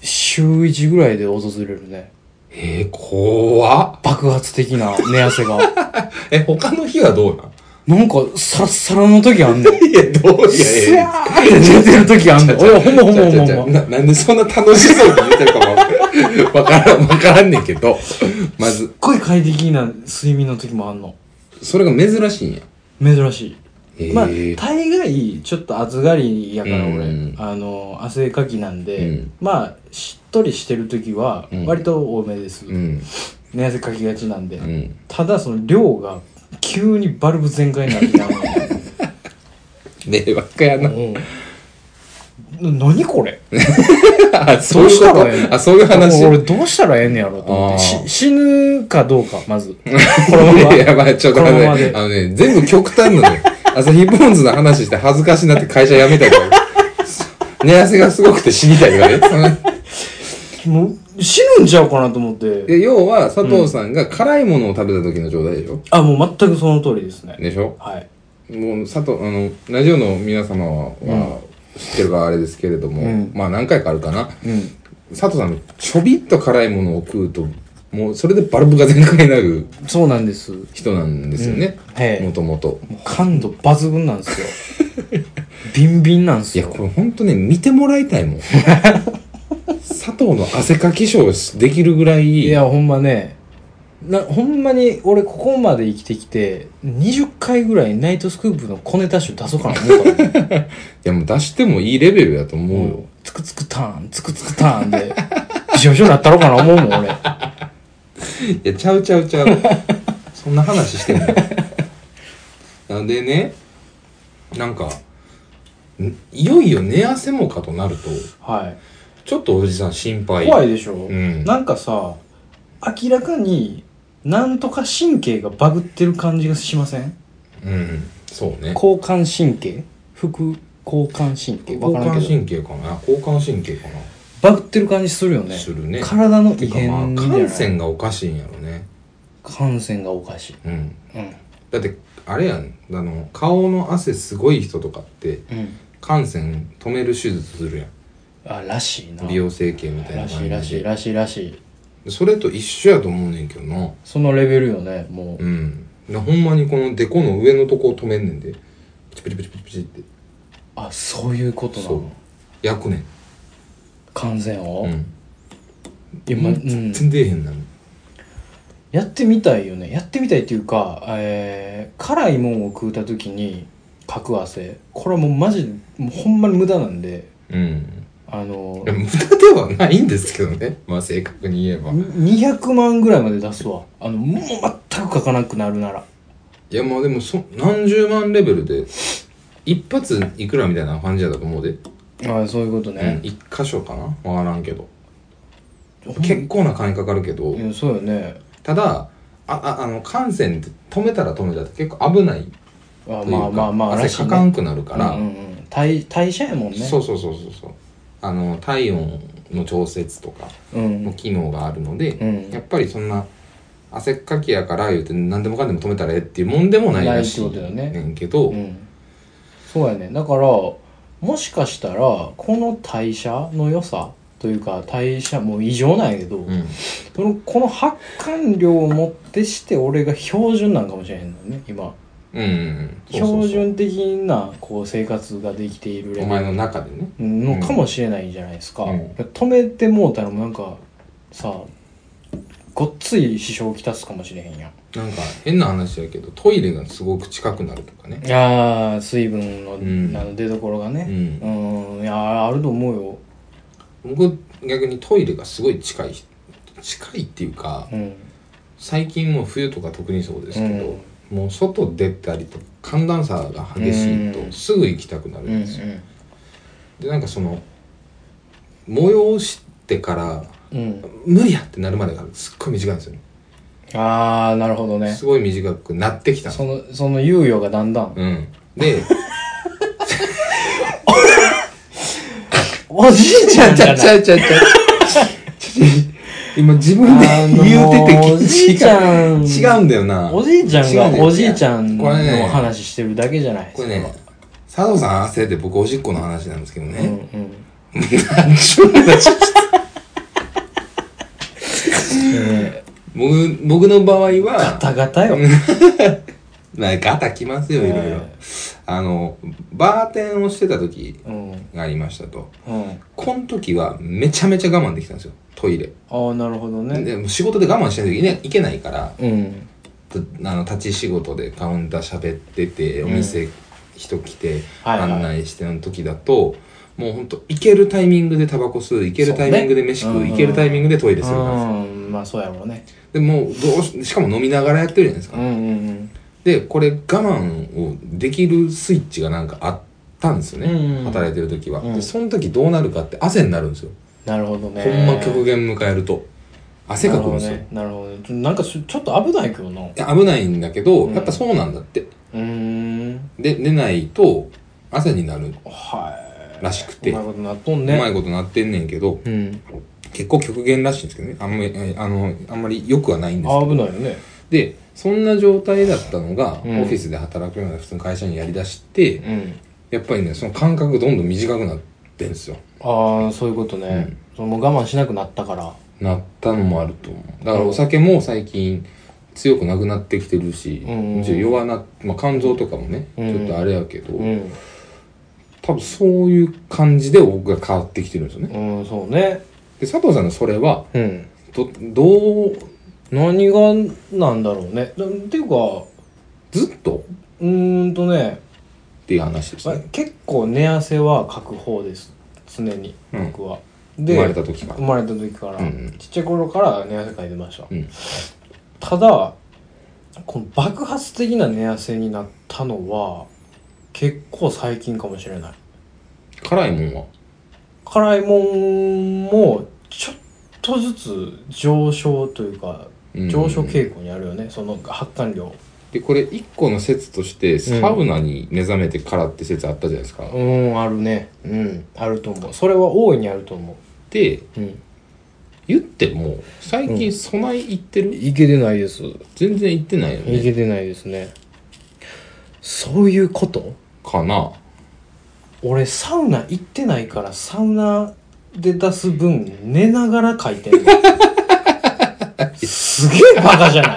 Speaker 1: 週1ぐらいで訪れるね
Speaker 2: えー、怖っ
Speaker 1: 爆発的な寝汗が
Speaker 2: え他の日はどうなん
Speaker 1: なんかサラッサラの時あんの
Speaker 2: いや、どう
Speaker 1: スヤー って寝てる時あんのおいほんまほんまほんまほんま
Speaker 2: ななんでそんな楽しそうに見てるかもわからん、わからんねんけど。まず、
Speaker 1: すっごい快適な睡眠の時もあんの
Speaker 2: それが珍しいんや。
Speaker 1: 珍し
Speaker 2: え
Speaker 1: い、
Speaker 2: ー
Speaker 1: まあ大概ちょっと暑がりやから俺、
Speaker 2: うん
Speaker 1: あの汗かきなんで、
Speaker 2: うん
Speaker 1: まあしっとりしてる時は
Speaker 2: うん
Speaker 1: 割と多めです、
Speaker 2: うん。
Speaker 1: 寝汗かきがちなんで、
Speaker 2: うん。
Speaker 1: ただその量が急にバルブ全開になる時あるの
Speaker 2: ねえ、ばっかやな。
Speaker 1: ようん な何これ
Speaker 2: あ、 そういう
Speaker 1: ど
Speaker 2: こ
Speaker 1: うしたらええの
Speaker 2: と。あ、そういう話。
Speaker 1: 俺どうしたらええねやろと思って
Speaker 2: あー
Speaker 1: し死ぬかどうかま ずこのまま
Speaker 2: いや、まあちょっと待
Speaker 1: このまま
Speaker 2: って
Speaker 1: で
Speaker 2: あのね、全部極端なのよ。朝日ポンズの話して恥ずかしなって会社辞めたりとか。寝汗がすごくて死にたいとかねその。
Speaker 1: もう死ぬんちゃうかなと思って
Speaker 2: で、要は佐藤さんが辛いものを食べた時の状態でしょ
Speaker 1: あもう全くその通りですね
Speaker 2: でしょ
Speaker 1: はい
Speaker 2: もう佐藤あのラジオの皆様は、知ってるかあれですけれども、
Speaker 1: うん
Speaker 2: まあ何回かあるかな
Speaker 1: うん
Speaker 2: 佐藤さんちょびっと辛いものを食うともうそれでバルブが全開になる
Speaker 1: そうなんです。も
Speaker 2: 人なんですよね
Speaker 1: うんええ
Speaker 2: もともと
Speaker 1: う感度抜群なんですよ。 ビンビンなんです
Speaker 2: いや
Speaker 1: よ。
Speaker 2: これ本当ね見てもらいたい もん佐藤の汗かきショーできるぐらい
Speaker 1: いや、ほんまね、な、ほんまに俺ここまで生きてきて、20回ぐらいナイトスクープの小ネタ集出そうかな思うからね、
Speaker 2: いやもう出してもいいレベルやと思うよ、
Speaker 1: つくつくターン、つくつくターンで、びしょびしょになったろうかな思うもん、 俺。
Speaker 2: いやちゃうちゃ うちゃうそんな話してんのなんでねなんかんいよいよ寝汗もかとなると
Speaker 1: は
Speaker 2: ちょっとおじさん心
Speaker 1: い。
Speaker 2: 配
Speaker 1: 怖いでしょ、
Speaker 2: うん
Speaker 1: なんかさ、明らかに、なんとか神経がバグってる感じがしません
Speaker 2: うんそうね
Speaker 1: 交感神経副交感神経わ
Speaker 2: 交
Speaker 1: からんけ
Speaker 2: 感
Speaker 1: ど
Speaker 2: 神経かなあ交感神経かな
Speaker 1: バグってる感じするよね
Speaker 2: するね
Speaker 1: 体の
Speaker 2: て
Speaker 1: 異
Speaker 2: かまあ
Speaker 1: 変みたいな
Speaker 2: 感染がおかしいんやろね
Speaker 1: 感染がおかしい
Speaker 2: うん
Speaker 1: うん
Speaker 2: だってあれやんあの顔の汗すごい人とかって
Speaker 1: うん
Speaker 2: 汗止める手術するやん
Speaker 1: あらしいな
Speaker 2: 美容整形みたいな
Speaker 1: らし
Speaker 2: 感じ
Speaker 1: いらしいらしいらしい
Speaker 2: でそれと一緒やと思うねんけどな
Speaker 1: そのレベルよねもう、
Speaker 2: うんでほんまにこのデコの上のとこを止めんねんでプチプチプチプチプチって
Speaker 1: あそういうことな
Speaker 2: そう
Speaker 1: の
Speaker 2: 焼くねん
Speaker 1: 感染を、
Speaker 2: うん
Speaker 1: 今、う
Speaker 2: 全
Speaker 1: ん、
Speaker 2: 然出えへんなの
Speaker 1: やってみたいよねやってみたいっていうか、えー、辛いもんを食うた時にかく汗これはもうマジでもうほんまに無駄なんで
Speaker 2: うん
Speaker 1: ああの
Speaker 2: いや無駄ではないんですけどね。まあ正確に言えば。い
Speaker 1: 200万ぐらいまで出すわあのもう全く書かなくなるなら
Speaker 2: やまあでもそ、何十万レベルで、一発いくらみたいな感じやったと思うで。
Speaker 1: ああそういうこと
Speaker 2: うん
Speaker 1: ね、
Speaker 2: 一箇所かなわからんけど。結構な金かかるけど
Speaker 1: い、やそうよね
Speaker 2: ただ、あ、あ、あの、感染って止めたら止めたって結構危ない
Speaker 1: あ
Speaker 2: というか、
Speaker 1: まあまあまあらしい
Speaker 2: 汗
Speaker 1: ね
Speaker 2: かかんくなるから、
Speaker 1: うんうんうん、代代謝やもんね
Speaker 2: そうそうそうそうそう。あの、体温の調節とか
Speaker 1: うん
Speaker 2: の機能があるので、
Speaker 1: うん
Speaker 2: やっぱりそんな汗っかきやから言うて何でもかんでも止めたらええっていうもんでもないらしい
Speaker 1: ないってことだよね
Speaker 2: ねんけど、
Speaker 1: うん、そうやねだからもしかしたらこの代謝の良さというか代謝もう異常なんやけど、
Speaker 2: うん
Speaker 1: そのこの発汗量をもってして俺が標準なんかもしれへんのね今
Speaker 2: うんうんそうそうそう
Speaker 1: 標準的なこう生活ができているレ
Speaker 2: お
Speaker 1: ベ
Speaker 2: 前の中でね
Speaker 1: ルのかもしれないじゃないですか、
Speaker 2: うん
Speaker 1: 止めてもうたらもうなんかさごっつい支障をきたすかもしれへんやん
Speaker 2: なんか変な話やけどトイレがすごく近くなるとかね
Speaker 1: あー水分の,、
Speaker 2: ん
Speaker 1: あの出所が
Speaker 2: う
Speaker 1: ね
Speaker 2: ん
Speaker 1: うんいやあると思うよ
Speaker 2: 僕逆にトイレがすごい近い近いっていうか
Speaker 1: うん
Speaker 2: 最近もう冬とか特にそうですけど、もう外出たりとか寒暖差が激しい
Speaker 1: うん
Speaker 2: とすぐ行きたくなる
Speaker 1: うん
Speaker 2: ん
Speaker 1: う
Speaker 2: ですよ、
Speaker 1: ん
Speaker 2: でなんかその催してから
Speaker 1: うん、
Speaker 2: 無理やってなるまでがすっごい短いんですよね
Speaker 1: ああなるほどね
Speaker 2: すごい短くなってきたの
Speaker 1: そのその猶予がだんだん
Speaker 2: うん で
Speaker 1: おじいちゃんじゃない
Speaker 2: ゃちゃちゃ今自分で
Speaker 1: あの
Speaker 2: 言うてて
Speaker 1: おじいちゃん
Speaker 2: 違う違うんだよ な
Speaker 1: おじいちゃん
Speaker 2: 違うね
Speaker 1: がおじいちゃん
Speaker 2: これね
Speaker 1: の話してるだけじゃないです
Speaker 2: こ
Speaker 1: か
Speaker 2: れね佐藤さん汗で僕おしっこの話なんですけど
Speaker 1: うん
Speaker 2: ね、
Speaker 1: うん
Speaker 2: 何ちゅう話僕僕の場合
Speaker 1: ガ
Speaker 2: は
Speaker 1: タガタよ
Speaker 2: まあガタきますよいろいろ
Speaker 1: え
Speaker 2: あのバーテンをしてた時
Speaker 1: うんうん
Speaker 2: がありましたと
Speaker 1: あ
Speaker 2: この時はめちゃめちゃ我慢できたんですよトイレ
Speaker 1: あなるほどね
Speaker 2: でもう仕事で我慢しないといけないいけないから
Speaker 1: うん
Speaker 2: とあの立ち仕事でカウンター喋っててお店人来て
Speaker 1: はいはい
Speaker 2: 案内しての時だと、もうほんと行けるタイミングでタバコ吸う行けるタイミングで飯食
Speaker 1: そう
Speaker 2: う
Speaker 1: ね
Speaker 2: 行けるタイミングでトイレするから
Speaker 1: うんまあそうやろうね
Speaker 2: でもうどうししかも飲みながらやってるじゃないです
Speaker 1: う
Speaker 2: か
Speaker 1: んうん
Speaker 2: でこれ我慢をできるスイッチがなんかあったんですよね、
Speaker 1: うんうん
Speaker 2: 働いてる時は、
Speaker 1: うん
Speaker 2: でその時どうなるかって汗になるんですよ、
Speaker 1: なるほどね
Speaker 2: ほんま極限迎えると汗かくんですよ、
Speaker 1: なるほどねなるほどねちょなんかしちょっと危ないけどなう
Speaker 2: いや危ないんだけど、
Speaker 1: うん
Speaker 2: やっぱそうなんだって
Speaker 1: ーん
Speaker 2: で寝ないと汗になる
Speaker 1: は
Speaker 2: らしく
Speaker 1: い
Speaker 2: て
Speaker 1: うまいことなっとん
Speaker 2: うまい
Speaker 1: ね
Speaker 2: ことなってんねんけど、
Speaker 1: うん
Speaker 2: 結構極限らしいんですけどね。あんまり、えあの、あんまり良くはないんです
Speaker 1: あ
Speaker 2: け
Speaker 1: 危
Speaker 2: ど。
Speaker 1: ないよね
Speaker 2: で、そんな状態だったのが、
Speaker 1: うん
Speaker 2: オフィスで働くような普通の会社にやりだして、
Speaker 1: うん
Speaker 2: やっぱりね、その間隔どんどん短くなってんですよ。
Speaker 1: ああそういうことねそのもう我慢しなくなったから
Speaker 2: なったのもあると思う。だからお酒も最近強くなくなってきてるし、
Speaker 1: うん
Speaker 2: もちろん弱な、まあ肝臓とかもね、
Speaker 1: うん
Speaker 2: ちょっとあれやけど、
Speaker 1: うん
Speaker 2: 多分そういう感じで僕が変わってきてるんですよね。
Speaker 1: うんそうね
Speaker 2: で、佐藤さんのそれは、
Speaker 1: うん
Speaker 2: ど、どう、
Speaker 1: 何がなんだろうねだっていうか
Speaker 2: ずっと
Speaker 1: うーんとね
Speaker 2: っていう話です
Speaker 1: まあ
Speaker 2: ね。
Speaker 1: 結構寝汗はかく方です常に
Speaker 2: うん
Speaker 1: 僕は、
Speaker 2: 生
Speaker 1: で
Speaker 2: まれた時から
Speaker 1: 生。まれた時から、
Speaker 2: うんうん
Speaker 1: ちっちゃい頃から寝汗かいてました、
Speaker 2: うん
Speaker 1: ただこの爆発的な寝汗になったのは結構最近かもしれない
Speaker 2: 辛いもんは
Speaker 1: 辛いもんもちょっとずつ上昇というか
Speaker 2: うん
Speaker 1: 上昇傾向にあるよね、その発汗量
Speaker 2: でこれ一個の説としてサウナに目覚めてからって説あったじゃないですか、
Speaker 1: うんあるねうんあると思うそれは大いにあると思
Speaker 2: で
Speaker 1: ううん
Speaker 2: 言っても最近備え行ってる、
Speaker 1: いけてないです
Speaker 2: 全然行ってないよ
Speaker 1: い
Speaker 2: ね
Speaker 1: けてないですねそういうこと
Speaker 2: かな
Speaker 1: 俺サウナ行ってないからサウナで出す分寝ながら書い てるすげえバカじゃない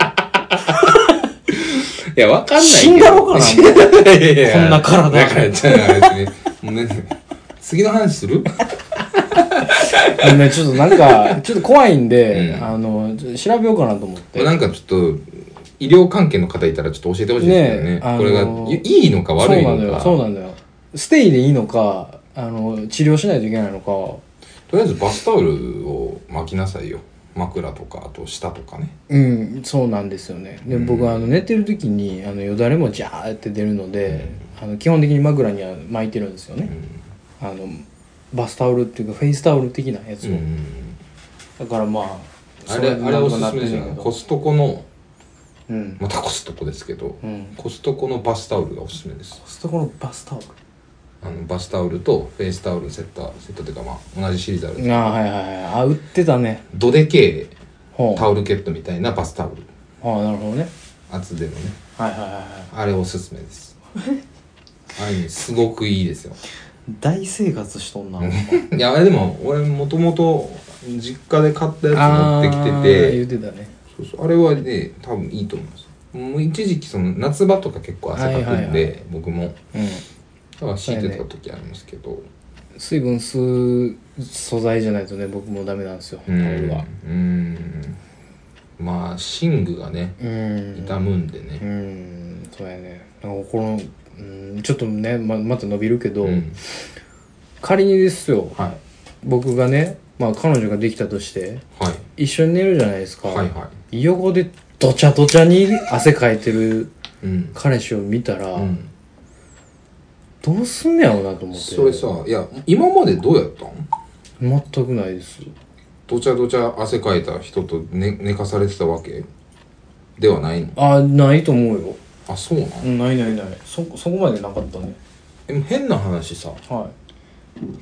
Speaker 2: いやわかん ない
Speaker 1: 死んだろうかな
Speaker 2: いやいやいや
Speaker 1: こんな体
Speaker 2: だからじゃあ別にもうね 次の話する
Speaker 1: もう ねちょっとなんかちょっと怖いんで、
Speaker 2: うん
Speaker 1: あのちょっと調べようかなと思って
Speaker 2: なんかちょっと医療関係の方いたらちょっと教えてほしいですけどね
Speaker 1: ねえあのー
Speaker 2: これがいいのか悪い
Speaker 1: そうなの
Speaker 2: の
Speaker 1: よ
Speaker 2: か
Speaker 1: そうなのよステイでいいのかあの治療しないといけないのか
Speaker 2: とりあえずバスタオルを巻きなさいよ枕とかあと下とかね
Speaker 1: うんそうなんですよねで、
Speaker 2: うん
Speaker 1: 僕はあの寝てる時にあのよだれもジャーって出るので、あの基本的に枕には巻いてるんですよ
Speaker 2: う
Speaker 1: ね、
Speaker 2: ん
Speaker 1: あのバスタオルっていうかフェイスタオル的なやつ
Speaker 2: う
Speaker 1: を、
Speaker 2: ん
Speaker 1: だからまあ
Speaker 2: あれあれおすすめ
Speaker 1: る
Speaker 2: ですよねコストコの
Speaker 1: うん、
Speaker 2: またコストコですけど、
Speaker 1: うん、
Speaker 2: コストコのバスタオルがおすすめです
Speaker 1: コストコのバスタオル
Speaker 2: あのバスタオルとフェイスタオルセットセットっていうかまあ同じシリーズあるんです
Speaker 1: ああはいはいはいあ売ってたね
Speaker 2: どでけ
Speaker 1: ほ
Speaker 2: え
Speaker 1: う
Speaker 2: タオルケットみたいなバスタオル
Speaker 1: ああなるほどね
Speaker 2: 厚手のね
Speaker 1: はいはいはいはい
Speaker 2: あれおすすめですあれねすごくいいですよ
Speaker 1: 大生活しとんな
Speaker 2: いやあれでも俺もともと実家で買った
Speaker 1: あ
Speaker 2: やつ持
Speaker 1: ー
Speaker 2: ってきてて
Speaker 1: 言ってたね
Speaker 2: そうそうあれはね多分いいと思いますもう一時期その夏場とか結構汗かくん
Speaker 1: はい
Speaker 2: で、
Speaker 1: はいは
Speaker 2: 僕も
Speaker 1: うん
Speaker 2: だから敷いてた時ありますけど
Speaker 1: 水分吸う素材じゃないとね僕もダメなんですよタ
Speaker 2: う
Speaker 1: オ
Speaker 2: ん
Speaker 1: ルは
Speaker 2: うんまあ寝具がね
Speaker 1: うん
Speaker 2: 痛むんでね、
Speaker 1: うんそうやねなんかこのうんちょっとねままた伸びるけど、
Speaker 2: うん
Speaker 1: 仮にですよ
Speaker 2: は
Speaker 1: 僕がねまあ彼女ができたとして
Speaker 2: いはい
Speaker 1: 一緒に寝るじゃないですか、
Speaker 2: はいは
Speaker 1: 横でどちゃどちゃに汗かいてる
Speaker 2: いうん、
Speaker 1: 彼氏を見たら、
Speaker 2: うん、
Speaker 1: どうすんねやろうなと思って
Speaker 2: それさいや今までどうやったん
Speaker 1: 全くないです
Speaker 2: どちゃどちゃ汗かいた人と寝寝かされてたわけではないの
Speaker 1: あないと思うよ
Speaker 2: あそうなの、
Speaker 1: うんないないないそそこまでなかったね
Speaker 2: でも変な話さ
Speaker 1: は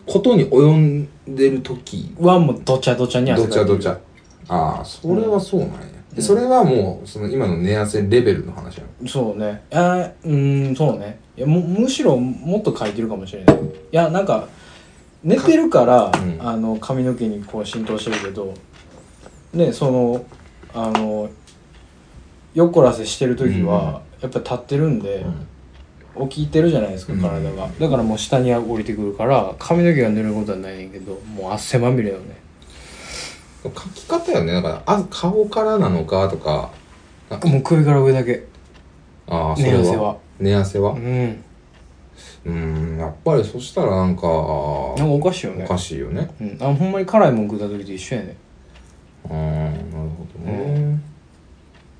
Speaker 2: ことに及んでる時
Speaker 1: いはもうどちゃどちゃに汗
Speaker 2: ど
Speaker 1: かい
Speaker 2: ち
Speaker 1: て
Speaker 2: ゃ
Speaker 1: る
Speaker 2: どちゃああそれはそうなんや、でそれはもうその今の寝汗レベルの話や
Speaker 1: そうねあーうーんそうねいやむむしろもっとかいてるかもしれないいやなんか寝てるから、
Speaker 2: うん
Speaker 1: あの髪の毛にこう浸透してるけどねそのあのよっこらせしてる時は、やっぱ立ってるんで、
Speaker 2: ん
Speaker 1: 起きてるじゃないですか
Speaker 2: うん
Speaker 1: 体が、だからもう下に降りてくるから髪の毛が濡れることはないねんけどもう汗まみれよね
Speaker 2: 書き方よねだからあ顔からなのかとかあ
Speaker 1: もう首から上だけ
Speaker 2: あーそれ
Speaker 1: 寝汗は
Speaker 2: 寝汗は
Speaker 1: う
Speaker 2: うんーんやっぱりそしたらなんかお
Speaker 1: なんかおかしいよね
Speaker 2: かしいよね
Speaker 1: うん、あほんまに辛いもん食った時と一緒やね
Speaker 2: うーんなるほどね、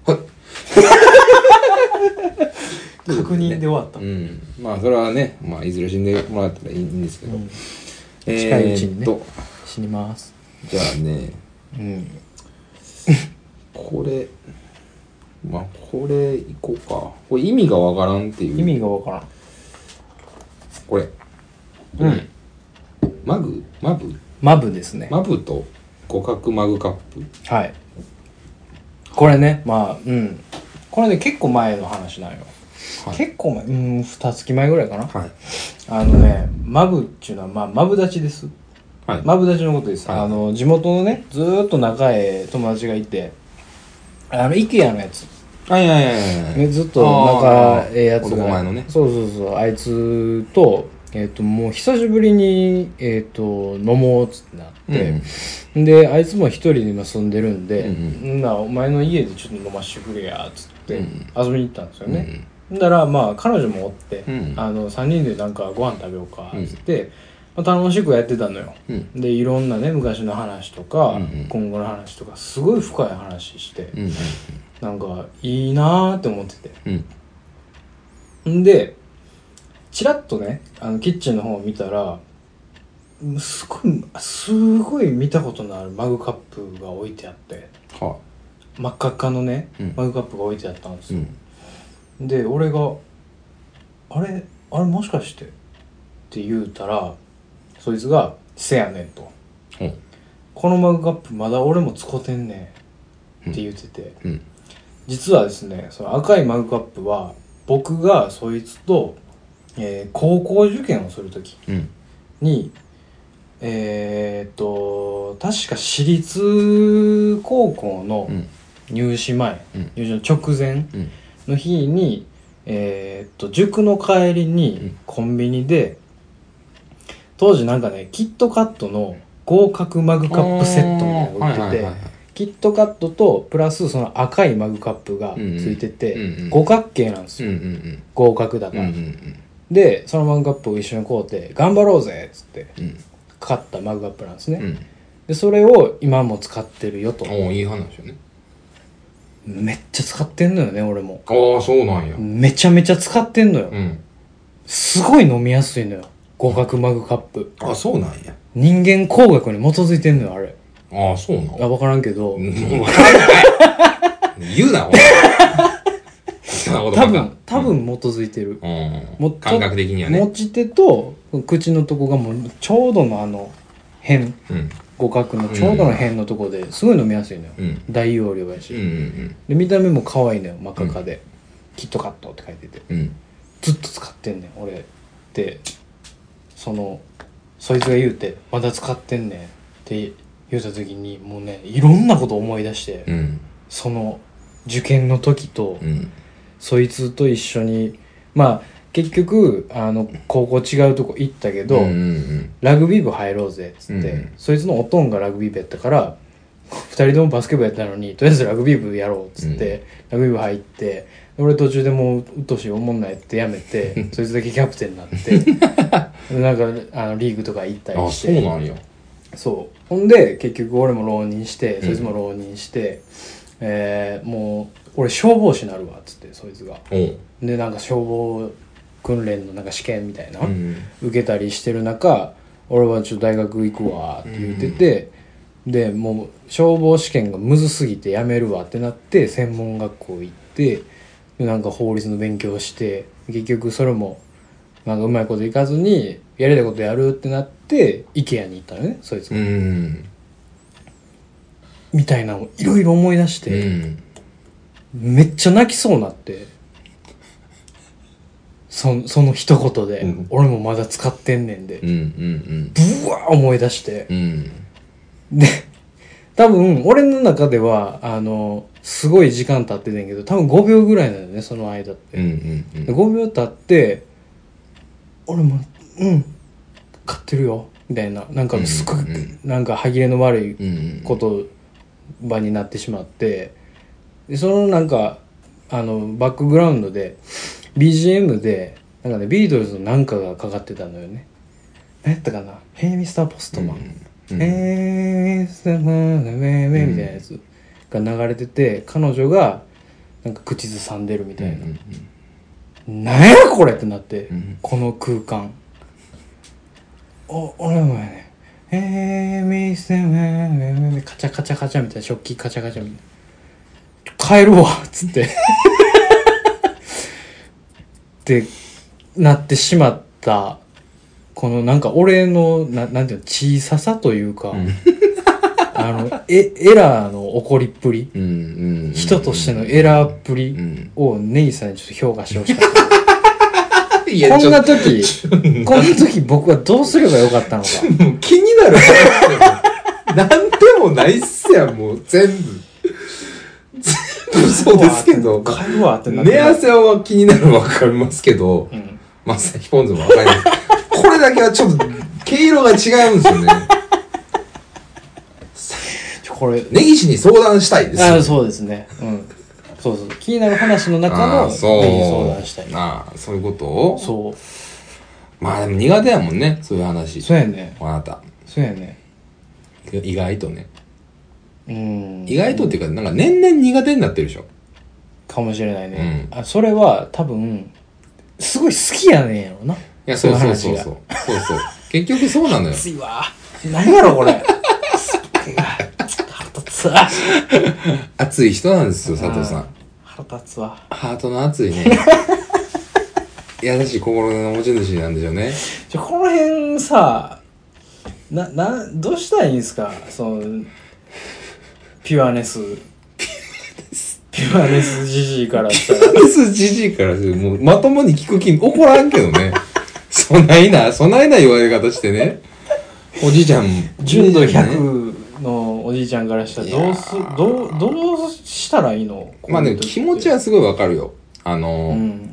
Speaker 2: はい
Speaker 1: 確認で終わった
Speaker 2: うんまあそれはね、まあ、いずれ死んでもらったらいいんですけど、
Speaker 1: うん
Speaker 2: えー
Speaker 1: 近いうちにね
Speaker 2: っと
Speaker 1: 死にます
Speaker 2: じゃあね
Speaker 1: うん
Speaker 2: これまあこれいこうかこれ意味がわからんっていう
Speaker 1: 意味がわからん
Speaker 2: これ
Speaker 1: うん
Speaker 2: マグマブ
Speaker 1: マブですね
Speaker 2: マブと互角マグカップ
Speaker 1: はいこれねまあうんこれね結構前の話なんよ、
Speaker 2: はい
Speaker 1: 結構前うん二月前ぐらいかな
Speaker 2: はい
Speaker 1: あのねマブっていうのはまあマブ立ちです
Speaker 2: はい
Speaker 1: マブダチのことです、
Speaker 2: はい
Speaker 1: あの地元のねずーっと仲ええ友達がいてあの IKEA のやつ、
Speaker 2: はいはいはいはい
Speaker 1: ね、ずっと仲ええやつ
Speaker 2: 男
Speaker 1: が
Speaker 2: 前のね
Speaker 1: そうそうそうあいつと,、えっともう久しぶりに、えっと飲もうっつってなって、であいつも一人で今住んでるんで、
Speaker 2: うん
Speaker 1: んなお前の家でちょっと飲ましてくれやっつって
Speaker 2: う
Speaker 1: 遊
Speaker 2: ん
Speaker 1: びに行ったんですよね、だからまあ彼女もおって、
Speaker 2: うん
Speaker 1: あの3人でなんかご飯食べようかっつって、まあ、楽しくやってたのよ、
Speaker 2: うん
Speaker 1: でいろんなね昔の話とか、
Speaker 2: うんうん
Speaker 1: 今後の話とかすごい深い話して、
Speaker 2: うんうん
Speaker 1: なんかいいなーって思って
Speaker 2: うん
Speaker 1: てんでチラッとねあのキッチンの方を見たらもうすごいすごい見たことのあるマグカップが置いてあって
Speaker 2: は
Speaker 1: 真っ赤っかのね、
Speaker 2: うん
Speaker 1: マグカップが置いてあったんです
Speaker 2: い
Speaker 1: よ、で俺が「あれあれもしかして?」って言うたらそいつが「せやねん」と
Speaker 2: うん
Speaker 1: 「このマグカップまだ俺も使うてんねん」って言ってて、
Speaker 2: うん
Speaker 1: 実はですねその赤いマグカップは僕がそいつと、えー高校受験をする時
Speaker 2: うん
Speaker 1: にえーっと確か私立高校の
Speaker 2: うん
Speaker 1: 入試前、
Speaker 2: うん
Speaker 1: 入試の直前、
Speaker 2: うん
Speaker 1: の日に、えーっと、塾の帰り
Speaker 2: う
Speaker 1: に
Speaker 2: ん
Speaker 1: コンビニで、当時なんかね、キットカットの合格マグカップセットみたいなのが売ってて、
Speaker 2: はいはいはいはい
Speaker 1: キットカットとプラスその赤いマグカップがついてて、
Speaker 2: うんうん
Speaker 1: 五角形なんです
Speaker 2: うん
Speaker 1: よ。
Speaker 2: うん
Speaker 1: 合格だ
Speaker 2: うん
Speaker 1: か
Speaker 2: うん
Speaker 1: ら。
Speaker 2: うん
Speaker 1: でそのマグカップを一緒に買うて頑張ろうぜっつって
Speaker 2: うん
Speaker 1: 買ったマグカップなんですね、
Speaker 2: うん
Speaker 1: でそれを今も使ってるよと
Speaker 2: おおいい話よね
Speaker 1: めっちゃ使ってんのよね俺も
Speaker 2: ああそうなんやうん
Speaker 1: めちゃめちゃ使ってんのよ、
Speaker 2: うん
Speaker 1: すごい飲みやすいのよ合格マグカップ
Speaker 2: あそうなんや
Speaker 1: 人間工学に基づいてんのよあれ
Speaker 2: ああそうなん
Speaker 1: あ分からんけど、
Speaker 2: うんもうわかんない言うなほんまそんな
Speaker 1: 多
Speaker 2: ことばっか
Speaker 1: 分多分基づいてる、
Speaker 2: う
Speaker 1: も
Speaker 2: ん
Speaker 1: っと
Speaker 2: 感覚的にはね
Speaker 1: 持ち手と口のとこがもうちょうどのあの辺
Speaker 2: うん
Speaker 1: 互角のちょうどの辺のとこですごい飲みやすいのよ、
Speaker 2: うん
Speaker 1: 大容量や
Speaker 2: う
Speaker 1: し、
Speaker 2: んうん
Speaker 1: で見た目も可愛いのよ真っ赤っかで、キットカットって書いてて
Speaker 2: うんうん
Speaker 1: ずっと使ってんねん俺ってそのそいつが言うてまだ使ってんねんって言うた時にもうねいろんなこと思い出して、
Speaker 2: うん
Speaker 1: その受験の時と、
Speaker 2: うん
Speaker 1: そいつと一緒にまあ結局あの高校違うとこ行ったけど、
Speaker 2: うんうん
Speaker 1: ラグビー部入ろうぜっつって、
Speaker 2: うん
Speaker 1: そいつのおとんがラグビー部やったから2人ともバスケ部やったのにとりあえずラグビー部やろうっつって、ラグビー部入って俺途中でもううっとうしいおもんないってやめてそいつだけキャプテンになって なんかあのリーグとか行った
Speaker 2: うんあ
Speaker 1: りし
Speaker 2: そう
Speaker 1: て
Speaker 2: なんや
Speaker 1: そうほんで結局俺も浪人して
Speaker 2: ん
Speaker 1: そいつも浪人して、えーもう俺消防士になるわっつってそいつが
Speaker 2: おう
Speaker 1: でなんか消防訓練のなんか試験みたいな、
Speaker 2: うん
Speaker 1: 受けたりしてる中俺はちょっと大学行くわって言ってて、でもう消防試験がむずすぎてやめるわってなって専門学校行ってでなんか法律の勉強して結局それもなんかうまいこといかずにやりたいことやるってなって IKEA に行ったのねそいつ
Speaker 2: う
Speaker 1: が、
Speaker 2: ん
Speaker 1: みたいなのをいろいろ思い出し
Speaker 2: う
Speaker 1: て、
Speaker 2: ん
Speaker 1: めっちゃ泣きそうになってそその一言で、
Speaker 2: うん
Speaker 1: 俺もまだ使ってんねんで、
Speaker 2: うんうん
Speaker 1: ブワー思い出して
Speaker 2: うんうん
Speaker 1: で、多分、俺の中では、あの、すごい時間経っててんけど、多分5秒ぐらいなのよね、その間っ
Speaker 2: う
Speaker 1: て。
Speaker 2: んうんうん
Speaker 1: 5秒経って、俺も、うん、買ってるよ、みたいな。なんか、すご
Speaker 2: う
Speaker 1: く
Speaker 2: んうん、
Speaker 1: なんか、歯切れの悪い
Speaker 2: うん
Speaker 1: こと場になってしまって、でそのなんか、あの、バックグラウンドで、BGM で、なんかね、ビートルズのなんかがかかってたのよね。何やったかな「ヘイミスターポストマン」
Speaker 2: うん
Speaker 1: えー、スマーラウェイウェイみたいなやつが流れてて、彼女が、なんか口ずさんでるみたいな。なんやこれってなって、
Speaker 2: うん
Speaker 1: この空間。お、俺もやね。えー、ミステム、えーカチャカチャカチャみたいな、食器カチャカチャみたいな。帰るわっつって。ってなってしまった、このなんか俺の、ななんていうの、小ささというか、
Speaker 2: ん
Speaker 1: あの、え、エラーの起こりっぷり、
Speaker 2: うんうんうん
Speaker 1: 人としてのエラーっぷ
Speaker 2: う
Speaker 1: り
Speaker 2: ん
Speaker 1: をネイさんにちょっと評価してほしかった。
Speaker 2: いや
Speaker 1: こ
Speaker 2: ち
Speaker 1: ん
Speaker 2: ょ
Speaker 1: な
Speaker 2: っと
Speaker 1: 時、 こんな時僕はどうすればよかったのか。
Speaker 2: もう気になるなんでもないっすやんもう全部全部そうですけど
Speaker 1: 帰るわってなって
Speaker 2: 寝汗は気になるのわかりますけど、
Speaker 1: うん
Speaker 2: まさきポン酢もわかります。これだけはちょっと、毛色が違うんですよね。
Speaker 1: ちょこれ、
Speaker 2: 根岸に相談したいですよ。
Speaker 1: あそうですね。うん。そうそう。気になる話の中
Speaker 2: あ
Speaker 1: の、
Speaker 2: ー
Speaker 1: ぜひ
Speaker 2: そう。
Speaker 1: 相談したい。
Speaker 2: あーそういうことを
Speaker 1: そう。
Speaker 2: まあでも苦手やもんね、そういう話。
Speaker 1: そうやね。
Speaker 2: あなた。
Speaker 1: そうやね。
Speaker 2: 意外とね。
Speaker 1: うん。
Speaker 2: 意外とっていうか、なんか年々苦手になってるでしょ。
Speaker 1: かもしれないね。
Speaker 2: う
Speaker 1: あそれは多分、すごい好きやねんやろな。
Speaker 2: いや、そうそうそう
Speaker 1: そ
Speaker 2: そ
Speaker 1: い
Speaker 2: う。
Speaker 1: う
Speaker 2: そうそう。結局そうなの よ。
Speaker 1: きついわ。何やろ、これ。 腹立つわ。
Speaker 2: 熱い人なんですよ、佐藤さん。
Speaker 1: 腹立つわ。
Speaker 2: ハートの熱い ね。優しい心の持ち主なんでしょうね。
Speaker 1: じゃあこの辺さななどうしたらいいんですかそのピュアネスピュアネスじじいからしたら
Speaker 2: スじじいからするもうまともに聞く気怒らんけど ね。そないな、そないな言われ方してね。おじいちゃん、
Speaker 1: 純度
Speaker 2: ね。
Speaker 1: 100のおじいちゃんからしたらどうす
Speaker 2: いやー
Speaker 1: どうどうしたらいいの
Speaker 2: まあでも気持ちはすごいわかるよ。あの
Speaker 1: う
Speaker 2: ー、
Speaker 1: ん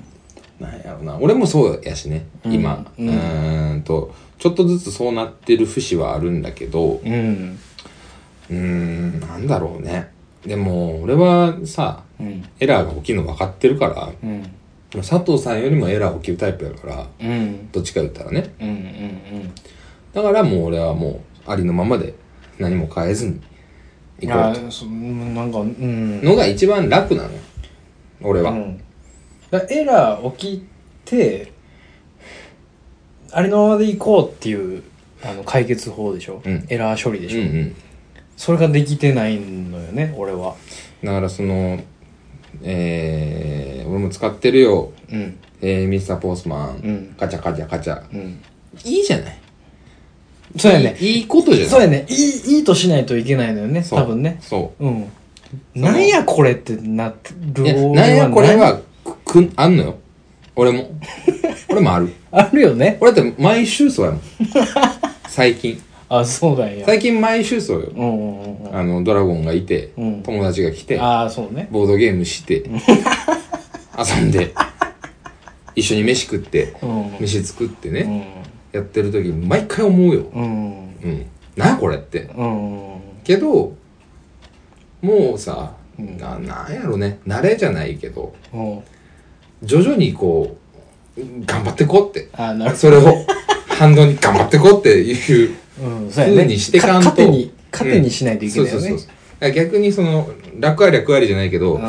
Speaker 2: なんやろな。俺もそうやしね、
Speaker 1: うん
Speaker 2: 今。
Speaker 1: う
Speaker 2: うんん、んと、ちょっとずつそうなってる節はあるんだけど、
Speaker 1: うん
Speaker 2: うーん、なんだろうね。でも、俺はさ、
Speaker 1: うん
Speaker 2: エラーが起きるの分かってるから、
Speaker 1: うん
Speaker 2: まあ佐藤さんよりもエラーを切るタイプやから、
Speaker 1: うん
Speaker 2: どっちか言ったらね。
Speaker 1: うんうん
Speaker 2: だからもう俺はもう、ありのままで何も変えずに
Speaker 1: い
Speaker 2: 行こ
Speaker 1: や
Speaker 2: う
Speaker 1: そなんかうん
Speaker 2: と。のが一番楽なのよ。俺は。
Speaker 1: うん、だからエラー起きてあれのままでいこうっていうあの解決法でしょ、
Speaker 2: うん
Speaker 1: エラー処理でしょ、
Speaker 2: うんうん。
Speaker 1: それができてないのよね俺は
Speaker 2: だからその、えー、俺も使ってるよ。
Speaker 1: うん
Speaker 2: えー、ミスターポースマン。
Speaker 1: うん
Speaker 2: カチャカチャカチャ。
Speaker 1: うん
Speaker 2: いいじゃない。
Speaker 1: そうやね
Speaker 2: いいいいことじゃない。
Speaker 1: そうやねいいいいとしないといけないのよね
Speaker 2: そう
Speaker 1: 多分ね
Speaker 2: そ
Speaker 1: うん
Speaker 2: その
Speaker 1: なんやこれってなって
Speaker 2: う。
Speaker 1: る
Speaker 2: いや、
Speaker 1: 俺
Speaker 2: なんやこれは、く、くあんのよ。俺 も。俺もある。
Speaker 1: あるよね
Speaker 2: 俺だって毎週そうや もん。最近。
Speaker 1: あそうなんや
Speaker 2: 最近毎週そうよ。
Speaker 1: うんうんうんうん
Speaker 2: あの、ドラゴンがいて、
Speaker 1: うん
Speaker 2: 友達が来て、
Speaker 1: ああそうね
Speaker 2: ボードゲームして、 遊んで、一緒に飯食って、
Speaker 1: うんう
Speaker 2: 飯作ってね、
Speaker 1: ん
Speaker 2: やってる時に毎回思うよ。
Speaker 1: うん
Speaker 2: うん。なあこれって。
Speaker 1: うん
Speaker 2: けど、もうさ、
Speaker 1: うん
Speaker 2: ななんやろね、慣れじゃないけど、
Speaker 1: うん
Speaker 2: 徐々にこう、頑張ってこうって。
Speaker 1: ああなるほど
Speaker 2: それを、反動に頑張ってこうっていう、
Speaker 1: うん、そうや
Speaker 2: 風
Speaker 1: ね。
Speaker 2: にしてかんと
Speaker 1: 糧に、糧にしないといけ
Speaker 2: そう
Speaker 1: ない
Speaker 2: そ
Speaker 1: よ
Speaker 2: う
Speaker 1: ね。
Speaker 2: そう。だから逆にその、楽ありゃ楽ありじゃないけど、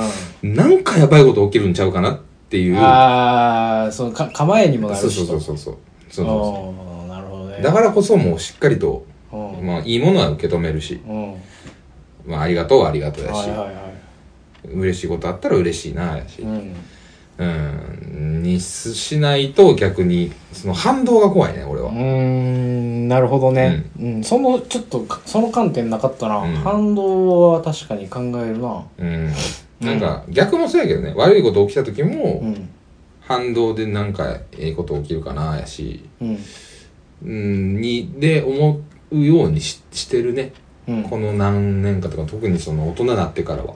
Speaker 1: う
Speaker 2: なんかやばいこと起きるんちゃうかなってい
Speaker 1: ん
Speaker 2: う。
Speaker 1: ああ、そのか構えにもなるし
Speaker 2: そう
Speaker 1: と。
Speaker 2: そうそうそうそうそうそ
Speaker 1: おーなるほどね。
Speaker 2: うだからこそもうしっかりと、
Speaker 1: うん、うん、
Speaker 2: まあ、いいものは受け止めるし、
Speaker 1: はい
Speaker 2: まあ、ありがとうはありがとうや
Speaker 1: は
Speaker 2: し、
Speaker 1: いは
Speaker 2: 嬉しいことあったら嬉しいなやし
Speaker 1: い。うん。
Speaker 2: うんにしないと逆にその反動が怖いね俺
Speaker 1: うー
Speaker 2: は、
Speaker 1: ん、なるほどね。うん、その、ちょっと、その観点なかったな。
Speaker 2: うん
Speaker 1: 反動は確かに考えるな。
Speaker 2: うん、なんか逆もそうやけどね悪いこと起きた時
Speaker 1: う
Speaker 2: も
Speaker 1: ん。
Speaker 2: 反動でなんかええこと起きるかなやし、
Speaker 1: うん。
Speaker 2: うん、にで思うようにししてるね
Speaker 1: うん。
Speaker 2: この何年かとか特にその大人になってからは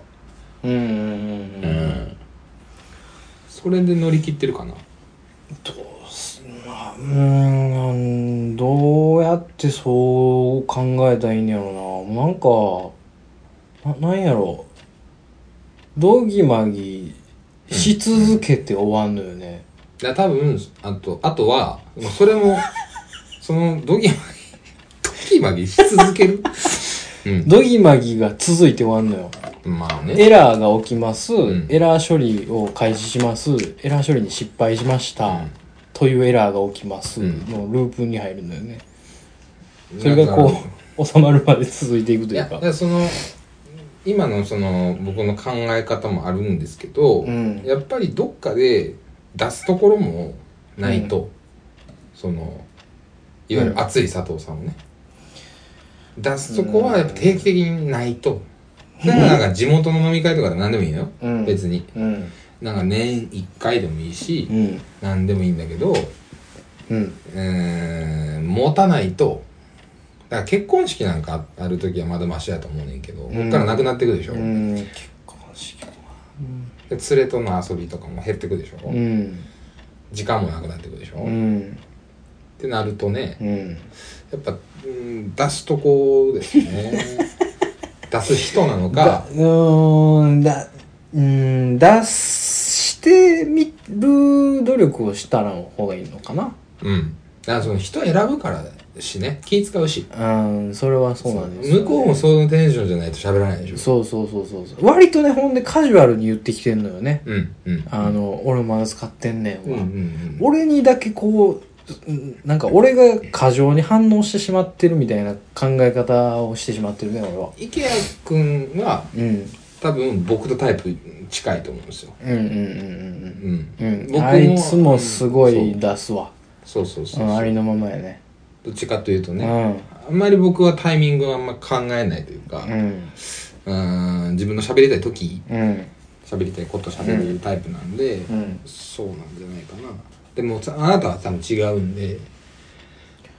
Speaker 1: うんうんうん
Speaker 2: う
Speaker 1: うんうん。
Speaker 2: んそれで乗り切ってるかな
Speaker 1: うーん、どうやってそう考えたらいいんやろうな。なんか、な、なんやろう。どぎまぎし続けて終わんのよね。
Speaker 2: だ多分あとあとはもうそれもそのドギマギドギマギし続ける
Speaker 1: どぎまぎが続いて終わんのよ。
Speaker 2: うんまあね
Speaker 1: エラーが起きます。
Speaker 2: うん
Speaker 1: エラー処理を開始します。エラー処理に失敗しました。
Speaker 2: うん
Speaker 1: というエラーが起きます。
Speaker 2: うん
Speaker 1: のループに入るのよね。それがこう、収まるまで続いていく
Speaker 2: う
Speaker 1: と
Speaker 2: い
Speaker 1: い
Speaker 2: や
Speaker 1: う
Speaker 2: だ
Speaker 1: か
Speaker 2: か。らその今のその僕の考え方もあるんですけど、
Speaker 1: うん
Speaker 2: やっぱりどっかで出すところもないと、そのいわゆる熱い佐藤さんをね、出すとこはやっぱ定期的にないとだからなんか地元の飲み会とかで何でもいいのよ、
Speaker 1: うん
Speaker 2: 別に
Speaker 1: うん。
Speaker 2: なんか年1回でもいいし、
Speaker 1: うん。
Speaker 2: 何でもいいんだけど、
Speaker 1: う
Speaker 2: う
Speaker 1: ん。
Speaker 2: ーん、持たないと、だから結婚式なんかあある時はまだマシやと思うねんけど、
Speaker 1: ん
Speaker 2: こっからなくなっていくでしょ、
Speaker 1: うん、結婚式は。
Speaker 2: で連れとの遊びとかも減ってくでしょ、
Speaker 1: うん。
Speaker 2: 時間もなくなってくでしょ、
Speaker 1: う
Speaker 2: っ
Speaker 1: ん。
Speaker 2: てなるとね、
Speaker 1: うん。
Speaker 2: やっぱ、うん、出すとこで すね。出す人なの
Speaker 1: だ
Speaker 2: か、
Speaker 1: うーん、だ、うーん、出してみる努力をしたら方がいいのかな。
Speaker 2: うん。だからその人選ぶからしね、気使うし。
Speaker 1: うん、それはそうなんですよね、
Speaker 2: 向こうもそのテンションじゃないと喋らないでしょ。
Speaker 1: そうそうそうそうそう。割とね、ほんでカジュアルに言ってきてんのよね。
Speaker 2: うん、うん。
Speaker 1: あの、俺まだ使ってんねん
Speaker 2: うん、う
Speaker 1: は。
Speaker 2: ん。
Speaker 1: 俺にだけこううん、なんか俺が過剰に反応してしまってるみたいな考え方をしてしまってるね、俺は。
Speaker 2: 池谷くんは
Speaker 1: うん。
Speaker 2: 多分僕とタイプ近いと思うんですよ。
Speaker 1: うんうんうん
Speaker 2: うん。
Speaker 1: うんうん、う
Speaker 2: 僕
Speaker 1: ん、
Speaker 2: も
Speaker 1: あいつもすご
Speaker 2: う
Speaker 1: い
Speaker 2: ん
Speaker 1: 出すわ、
Speaker 2: そうそうそううそ
Speaker 1: ん、
Speaker 2: う
Speaker 1: ありのままやね
Speaker 2: どっちかというとね、あんまり僕はタイミングはあんま考えないというか
Speaker 1: う、ん
Speaker 2: うーん、自分の喋りたい時、
Speaker 1: うん
Speaker 2: 喋りたいこと喋れるタイプなんで、
Speaker 1: うん
Speaker 2: そうなんじゃないかな。でもさあなたは多分違うんで、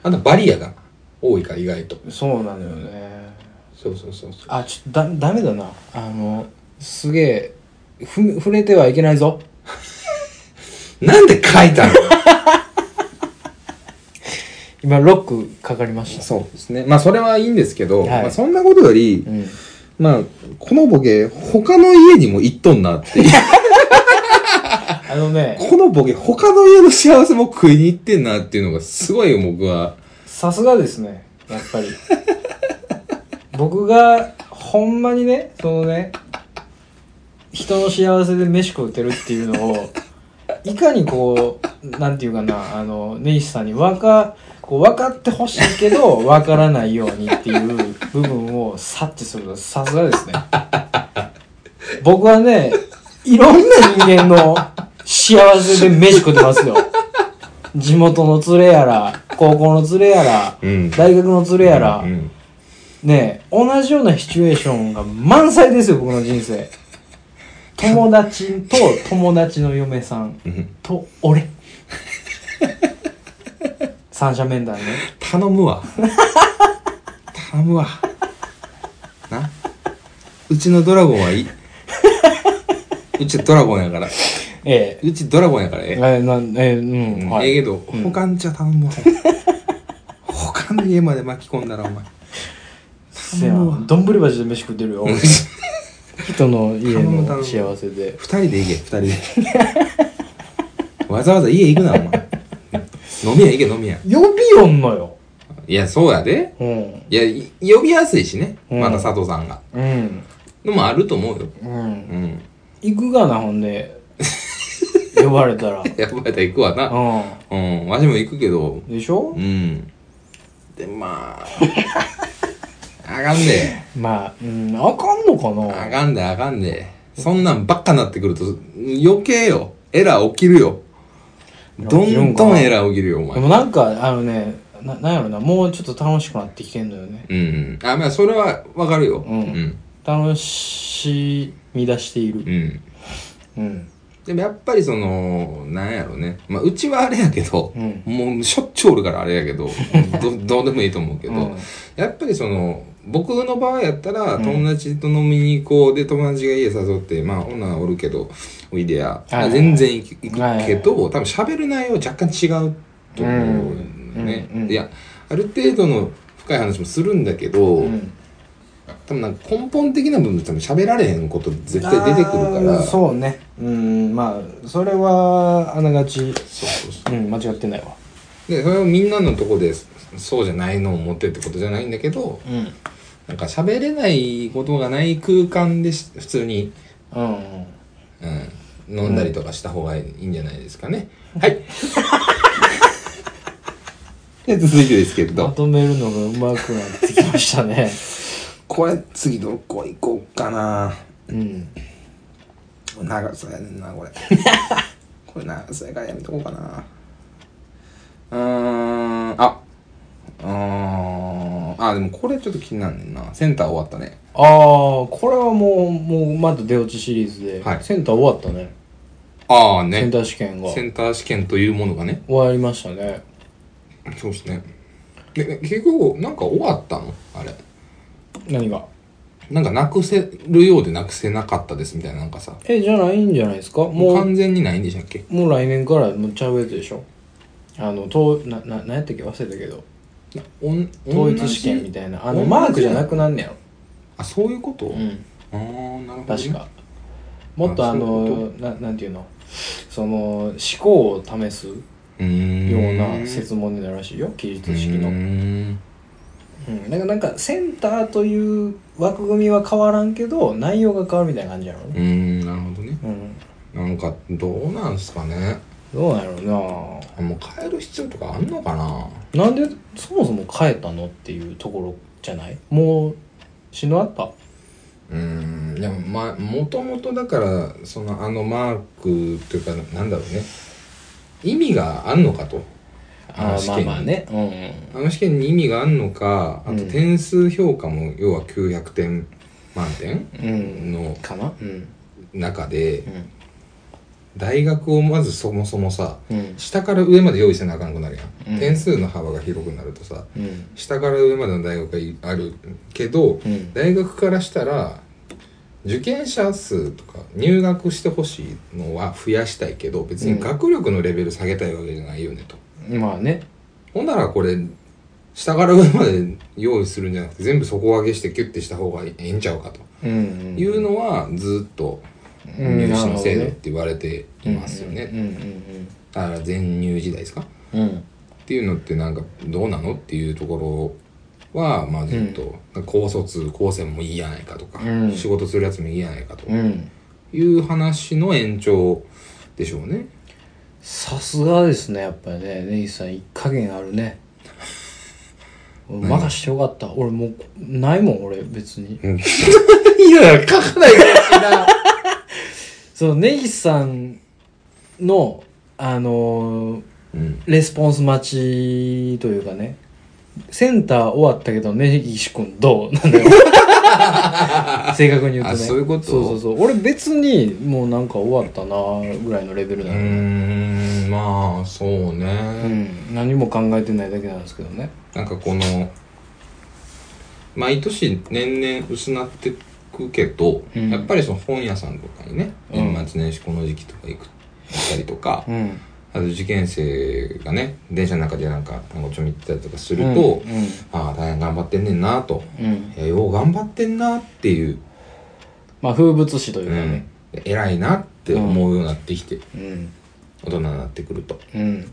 Speaker 2: あなたバリアが多いから意外と。
Speaker 1: そうなのよね
Speaker 2: そうそうそうそう。
Speaker 1: あちょっとだダメだなあのすげえふ触れてはいけないぞ
Speaker 2: なんで書いたの
Speaker 1: 今ロックかかりました
Speaker 2: そうですね。まあそれはいいんですけど、
Speaker 1: はい
Speaker 2: まあ、そんなことより、
Speaker 1: うん
Speaker 2: まあ、このボケ、他の家にも行っとんなっていう。
Speaker 1: ああのね、
Speaker 2: このボケ、他の家の幸せも食いに行ってんなっていうのがすごい僕は。
Speaker 1: さすがですね、やっぱり。僕が、ほんまにね、そのね、人の幸せで飯食うてるっていうの を、いかにこう、なんていうかな、あの、根岸さんに分か、こう分かってほしいけど、分からないようにっていう部分を察知するのはさすが ですね。僕はね、いろんな人間の幸せで飯食ってますよ。地元の連れやら、高校の連れやら、
Speaker 2: うん
Speaker 1: 大学の連れやら、
Speaker 2: うん。
Speaker 1: ねえ同じようなシチュエーションが満載ですよ僕の人生友達と友達の嫁さん
Speaker 2: うん
Speaker 1: と俺三者面談ね
Speaker 2: 頼 むわ。頼むわ。な。うちのドラゴンはい い。うちドラゴンやから。
Speaker 1: え
Speaker 2: うちドラゴンやからえ
Speaker 1: え
Speaker 2: え。
Speaker 1: えなんええうん、は
Speaker 2: ええ
Speaker 1: い
Speaker 2: けど、他んちゃ 頼むわ。他の家まで巻き込んだらお前。
Speaker 1: せやんどんぶり鉢で飯食ってるよ俺人の家
Speaker 2: 頼む頼
Speaker 1: の
Speaker 2: む
Speaker 1: 幸せで
Speaker 2: 二人で行け、二人で。 わざわざ家行くな、お前。飲み屋行け、飲み屋。
Speaker 1: 呼びよんのよ
Speaker 2: いや、そうやで。
Speaker 1: うん
Speaker 2: いや、い呼びやすいしね。
Speaker 1: うん
Speaker 2: また佐藤さんが。
Speaker 1: うん
Speaker 2: のもあると思うよ。
Speaker 1: うん
Speaker 2: うん。
Speaker 1: 行くがなほん で呼ばれたら
Speaker 2: やっぱり行くわな。
Speaker 1: う
Speaker 2: うん。わしも行くけど。
Speaker 1: んでしょ
Speaker 2: うん。で、ま あ。あかんで。
Speaker 1: まあ、うん、あかんのか
Speaker 2: あ
Speaker 1: な
Speaker 2: かんで、あかんで。そんなんばっかなってくると、余計よ。エラー起きるよ。どんどんエラー起きるよ、お
Speaker 1: で
Speaker 2: 前。
Speaker 1: もなんか、あのね、ななんやろな、もうちょっと楽しくなってきてんのよね。
Speaker 2: うん。あ、まあ、それはわかるよ。
Speaker 1: うん
Speaker 2: うん。
Speaker 1: 楽しみ出している。
Speaker 2: うん
Speaker 1: うん。
Speaker 2: でもやっぱりその、なんやろね。まあ、うちはあれやけど、
Speaker 1: うん
Speaker 2: もうしょっちゅうおるからあれや けど、どどうでもいいと思うけど、
Speaker 1: うん
Speaker 2: やっぱりその、僕の場合やったら、友達と飲みに行こうで、友達が家誘って、まあ、女おるけど、おいでや。
Speaker 1: いはいはい
Speaker 2: 全然行く行くけど、
Speaker 1: はいはいはい
Speaker 2: 多分喋る内容若干違うと思うよね。
Speaker 1: うんうんうん
Speaker 2: いや、ある程度の深い話もするんだけど、
Speaker 1: うん
Speaker 2: 多分なんか根本的な部分で多分喋られへんこと絶対出て
Speaker 1: あ
Speaker 2: くるか
Speaker 1: ー
Speaker 2: ら、
Speaker 1: そうね。うん、まあ、それは、あながち、
Speaker 2: そうそうそう
Speaker 1: うん、間違ってないわ。
Speaker 2: でそれをみんなのとこでそそうじゃないのを持ってってことじゃないんだけど
Speaker 1: うん。
Speaker 2: なんか喋れないことがない空間でし普通に、
Speaker 1: うん。
Speaker 2: うん、飲んだりとかした方がいいんじゃないですかね、はいで 続いてですけれ
Speaker 1: ま
Speaker 2: ど
Speaker 1: とめるのがうまくなってきました ね。
Speaker 2: これ次どこ行こうかな
Speaker 1: うん。
Speaker 2: 長さやねんな これこれ長さやからやめとこうかなうーんあうーんあでもこれちょっと気になんねんなセンター終わったね
Speaker 1: ああ、これはもう、もう、また出落ちシリーズで、
Speaker 2: はい
Speaker 1: センター終わったね。
Speaker 2: ああ
Speaker 1: セン
Speaker 2: ね
Speaker 1: ター試験が
Speaker 2: セ
Speaker 1: 終
Speaker 2: ンター試験というものがね
Speaker 1: わりましたね。
Speaker 2: そうですねでで結局なんか終わったのあれ
Speaker 1: 何が
Speaker 2: なんかなくせるようでなくせなかったですみたいななんかさ
Speaker 1: えじゃないんじゃないですか
Speaker 2: もう
Speaker 1: もう
Speaker 2: 完全にないんでしたっけ
Speaker 1: もう来年からもうちゃうやつでしょあのとなななんやったっけ忘れたけど
Speaker 2: おん
Speaker 1: 統一試験みたいなあ
Speaker 2: 同
Speaker 1: の
Speaker 2: じ
Speaker 1: マークじゃなくなんねやろ
Speaker 2: あそういうこと、
Speaker 1: うん
Speaker 2: ああーなるほどね、
Speaker 1: 確かもっと
Speaker 2: あ
Speaker 1: あ
Speaker 2: そうい
Speaker 1: のななんていうのその思考を試すよ
Speaker 2: うーん
Speaker 1: うな設問になるらしいよ記述式の
Speaker 2: うーん
Speaker 1: うんなんかなんかセンターという枠組みは変わらんけど内容が変わるみたいな感じやろ
Speaker 2: う
Speaker 1: ね
Speaker 2: ーんなるほどね
Speaker 1: うん
Speaker 2: なんかどうなんすかね
Speaker 1: どうなの
Speaker 2: あもう変える必要とかあんのかな
Speaker 1: ななんでそもそも変えたのっていうところじゃないもうしんどあった
Speaker 2: うーんでもまあもともとだからそのあのマークっていうかなんだろうね意味があんのかとあの
Speaker 1: あ
Speaker 2: 試
Speaker 1: ま
Speaker 2: 験
Speaker 1: あ
Speaker 2: に
Speaker 1: まあねうん
Speaker 2: あの試験に意味があんのかあと
Speaker 1: うん
Speaker 2: 点数評価も要は900点満点
Speaker 1: うん
Speaker 2: の
Speaker 1: かなうん
Speaker 2: 中で
Speaker 1: うん
Speaker 2: 大学をまずそもそもさ
Speaker 1: うん
Speaker 2: 下から上まで用意せなあかんくなるやん、
Speaker 1: うん
Speaker 2: 点数の幅が広くなるとさ
Speaker 1: うん
Speaker 2: 下から上までの大学があるけど、
Speaker 1: うん
Speaker 2: 大学からしたら受験者数とか入学してほしいのは増やしたいけど別に学力のレベル下げたいわけじゃないよねと、
Speaker 1: まあね
Speaker 2: ほんならこれ下から上まで用意するんじゃなくて全部底上げしてキュッてした方がええんちゃうかと
Speaker 1: うん
Speaker 2: いうのはずっと
Speaker 1: うん
Speaker 2: 入試
Speaker 1: なる
Speaker 2: の
Speaker 1: ほどね
Speaker 2: 制度って言われていますよ
Speaker 1: うん
Speaker 2: ね。
Speaker 1: うん
Speaker 2: ああ全入時代ですかっ
Speaker 1: うんうん
Speaker 2: ていうのってなんかどうなのっていうところはまあずっと、なんか高卒高専もいいやないかとか、
Speaker 1: うん
Speaker 2: 仕事するやつもいいやないかと
Speaker 1: うんうん
Speaker 2: いう話の延長でしょうね。
Speaker 1: さすがですねやっぱりね根岸さん一加減ある ね俺任してよかった俺もうないもん俺別に
Speaker 2: うんいや書かないからしな。
Speaker 1: その根岸さんのあのー
Speaker 2: うん
Speaker 1: レスポンス待ちというかねセンター終わったけど根岸君どうなん だよ正確に言うとね
Speaker 2: あそういうこと
Speaker 1: そうそうそう俺別にもうなんか終わったなぐらいのレベル
Speaker 2: う
Speaker 1: なのね
Speaker 2: ーんまあそうね。
Speaker 1: うん、何も考えてないだけなんですけどね
Speaker 2: なんかこの毎年年々失ってくけど、
Speaker 1: うん
Speaker 2: やっぱりその本屋さんとかにね
Speaker 1: うん
Speaker 2: 年末年始この時期とか行く行ったりとか、
Speaker 1: うん
Speaker 2: あと受験生がね電車の中でなんかなんかちょみ行ったりとかすると、
Speaker 1: うん
Speaker 2: ああ大変頑張ってんねんなと、
Speaker 1: うんうん
Speaker 2: えーよう頑張ってんなっていう、
Speaker 1: まあ風物詩といううかね
Speaker 2: ん、偉いなって思うようになってきて、
Speaker 1: うん
Speaker 2: 大人になってくると。
Speaker 1: うん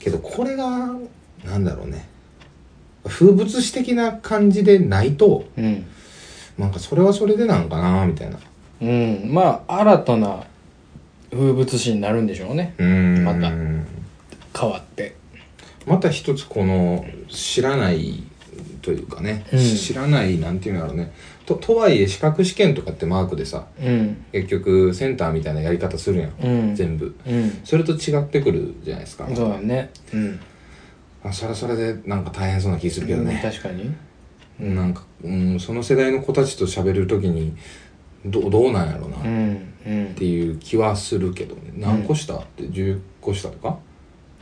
Speaker 2: けどこれがなんだろうね風物詩的な感じでないと
Speaker 1: うん、
Speaker 2: なんかそれはそれでなんかなみたいな
Speaker 1: うん、まあ新たな風物詩になるんでしょうね
Speaker 2: うーん
Speaker 1: また変わって
Speaker 2: また一つこの知らないというかね、
Speaker 1: うん
Speaker 2: 知らないなんていうんだろうねととはいえ資格試験とかってマークでさ
Speaker 1: うん
Speaker 2: 結局センターみたいなやり方するやん、
Speaker 1: うん
Speaker 2: 全部
Speaker 1: うん
Speaker 2: それと違ってくるじゃないですか
Speaker 1: そうだねうん、
Speaker 2: あそれはそれでなんか大変そうな気するけど
Speaker 1: うん
Speaker 2: ね、
Speaker 1: 確かに
Speaker 2: なんか、うん、その世代の子たちと喋る時にどうどうなんやろうな、
Speaker 1: う
Speaker 2: っ
Speaker 1: んうん
Speaker 2: ていう気はするけどね何個下って10個下とか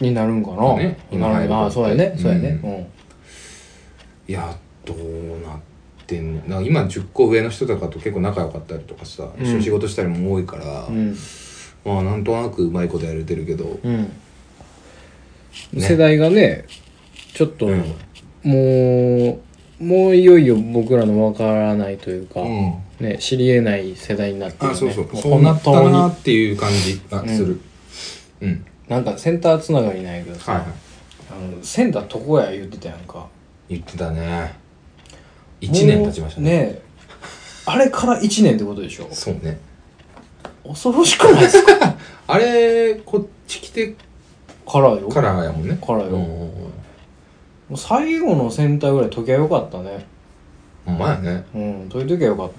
Speaker 1: になるんかな、
Speaker 2: ね今
Speaker 1: なる
Speaker 2: 入
Speaker 1: な
Speaker 2: る
Speaker 1: そうやねそうや
Speaker 2: う
Speaker 1: ね
Speaker 2: いやどうなってんのなんか今10個上の人とかと結構仲良かったりとかさ、
Speaker 1: うん
Speaker 2: 一緒に仕事したりも多いから、
Speaker 1: うんうん、
Speaker 2: まあなんとなくうまいことやれてるけど、
Speaker 1: うん
Speaker 2: ね
Speaker 1: 世代がねちょっと、
Speaker 2: うん
Speaker 1: もうもういよいよ僕らのわからないというか、
Speaker 2: うん
Speaker 1: ね、知り得ない世代になってるよ
Speaker 2: あ
Speaker 1: ね
Speaker 2: そうそう
Speaker 1: も
Speaker 2: そうなったな
Speaker 1: 本
Speaker 2: っていう感じがする
Speaker 1: 当
Speaker 2: うん、
Speaker 1: になんかセンターつながりないけどさ、
Speaker 2: はいはい
Speaker 1: あのセンターとこや言ってたやんか
Speaker 2: 言ってたね1年経ちましたね
Speaker 1: もうねあれから1年ってことでしょ
Speaker 2: そうね
Speaker 1: 恐ろしくないですか
Speaker 2: あれこっち来て
Speaker 1: からよ
Speaker 2: カラーやもんね
Speaker 1: からよ
Speaker 2: うんうんうん
Speaker 1: もう最後のセンターぐらい解きゃよかったね
Speaker 2: ほんまやね
Speaker 1: うん解いときゃよかっ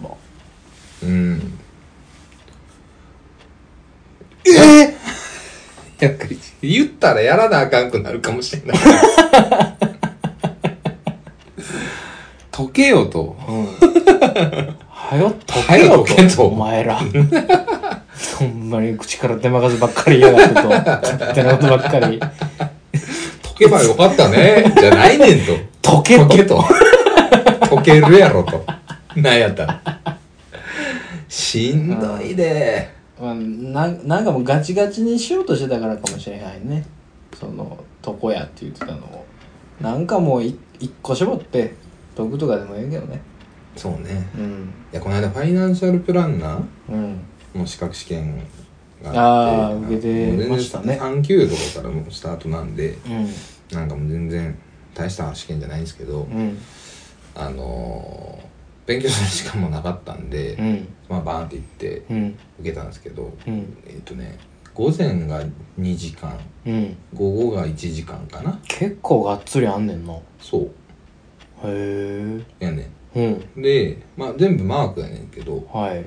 Speaker 1: た
Speaker 2: うんええなんか言ったらやらなあかんくなるかもしれ ない溶けよと
Speaker 1: うん。はよ、溶
Speaker 2: は
Speaker 1: け
Speaker 2: よ
Speaker 1: よ
Speaker 2: 溶けと
Speaker 1: と。お前ら。ほんまに口から出まかせばっかり言いやがってと。勝手なことばっかり。
Speaker 2: 溶けばよかったね じゃないねんと
Speaker 1: 溶け
Speaker 2: 溶
Speaker 1: と。
Speaker 2: けと溶けるやろとなんやったらしんどいで
Speaker 1: うんななんかもうガチガチにしようとしてたからかもしれないね。その、床屋って言ってたのを。なんかもうい一個絞って、解くとかでもいいけどね。
Speaker 2: そうね
Speaker 1: うん。
Speaker 2: いやこの間ファイナンシャルプランナー
Speaker 1: うん。
Speaker 2: もう資格試験
Speaker 1: あ
Speaker 2: が
Speaker 1: ー
Speaker 2: って
Speaker 1: 受けてましたね
Speaker 2: 3級とかからもうスタートなんで
Speaker 1: うん。
Speaker 2: なんかもう全然大した試験じゃないんですけ
Speaker 1: う
Speaker 2: ど、
Speaker 1: ん。
Speaker 2: あのー勉強する時間もなかったんで、
Speaker 1: うん。
Speaker 2: まあバーンって行って
Speaker 1: うん。
Speaker 2: 受けたんですけど、
Speaker 1: うん。
Speaker 2: えっとね午前が2時間
Speaker 1: うん。
Speaker 2: 午後が1時間かな
Speaker 1: 結構がっつりあんねんな。へ
Speaker 2: そう
Speaker 1: え。
Speaker 2: やね
Speaker 1: うん。
Speaker 2: でまあ全部マークやねんけど
Speaker 1: はい。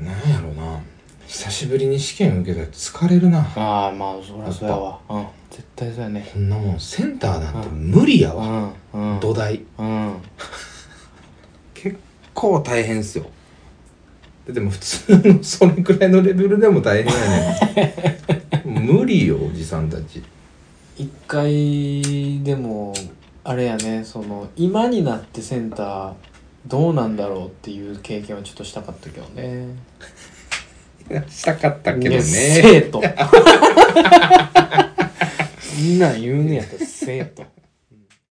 Speaker 2: なんやろな久しぶりに試験受けたら疲れるな
Speaker 1: ああまあそりゃそうやわうん絶対そうやね
Speaker 2: こんなもんセンターなんて無理や
Speaker 1: う
Speaker 2: わ、
Speaker 1: んうん
Speaker 2: 土台
Speaker 1: うん
Speaker 2: 結構大変っすよででも普通のそれくらいのレベルでも大変やね ん無理よおじさんたち
Speaker 1: 一回でもあれやねその今になってセンターどうなんだろうっていう経験はちょっとしたかったけどね
Speaker 2: したかったけど
Speaker 1: いや
Speaker 2: ね
Speaker 1: 生徒みんなん言うねやったら生徒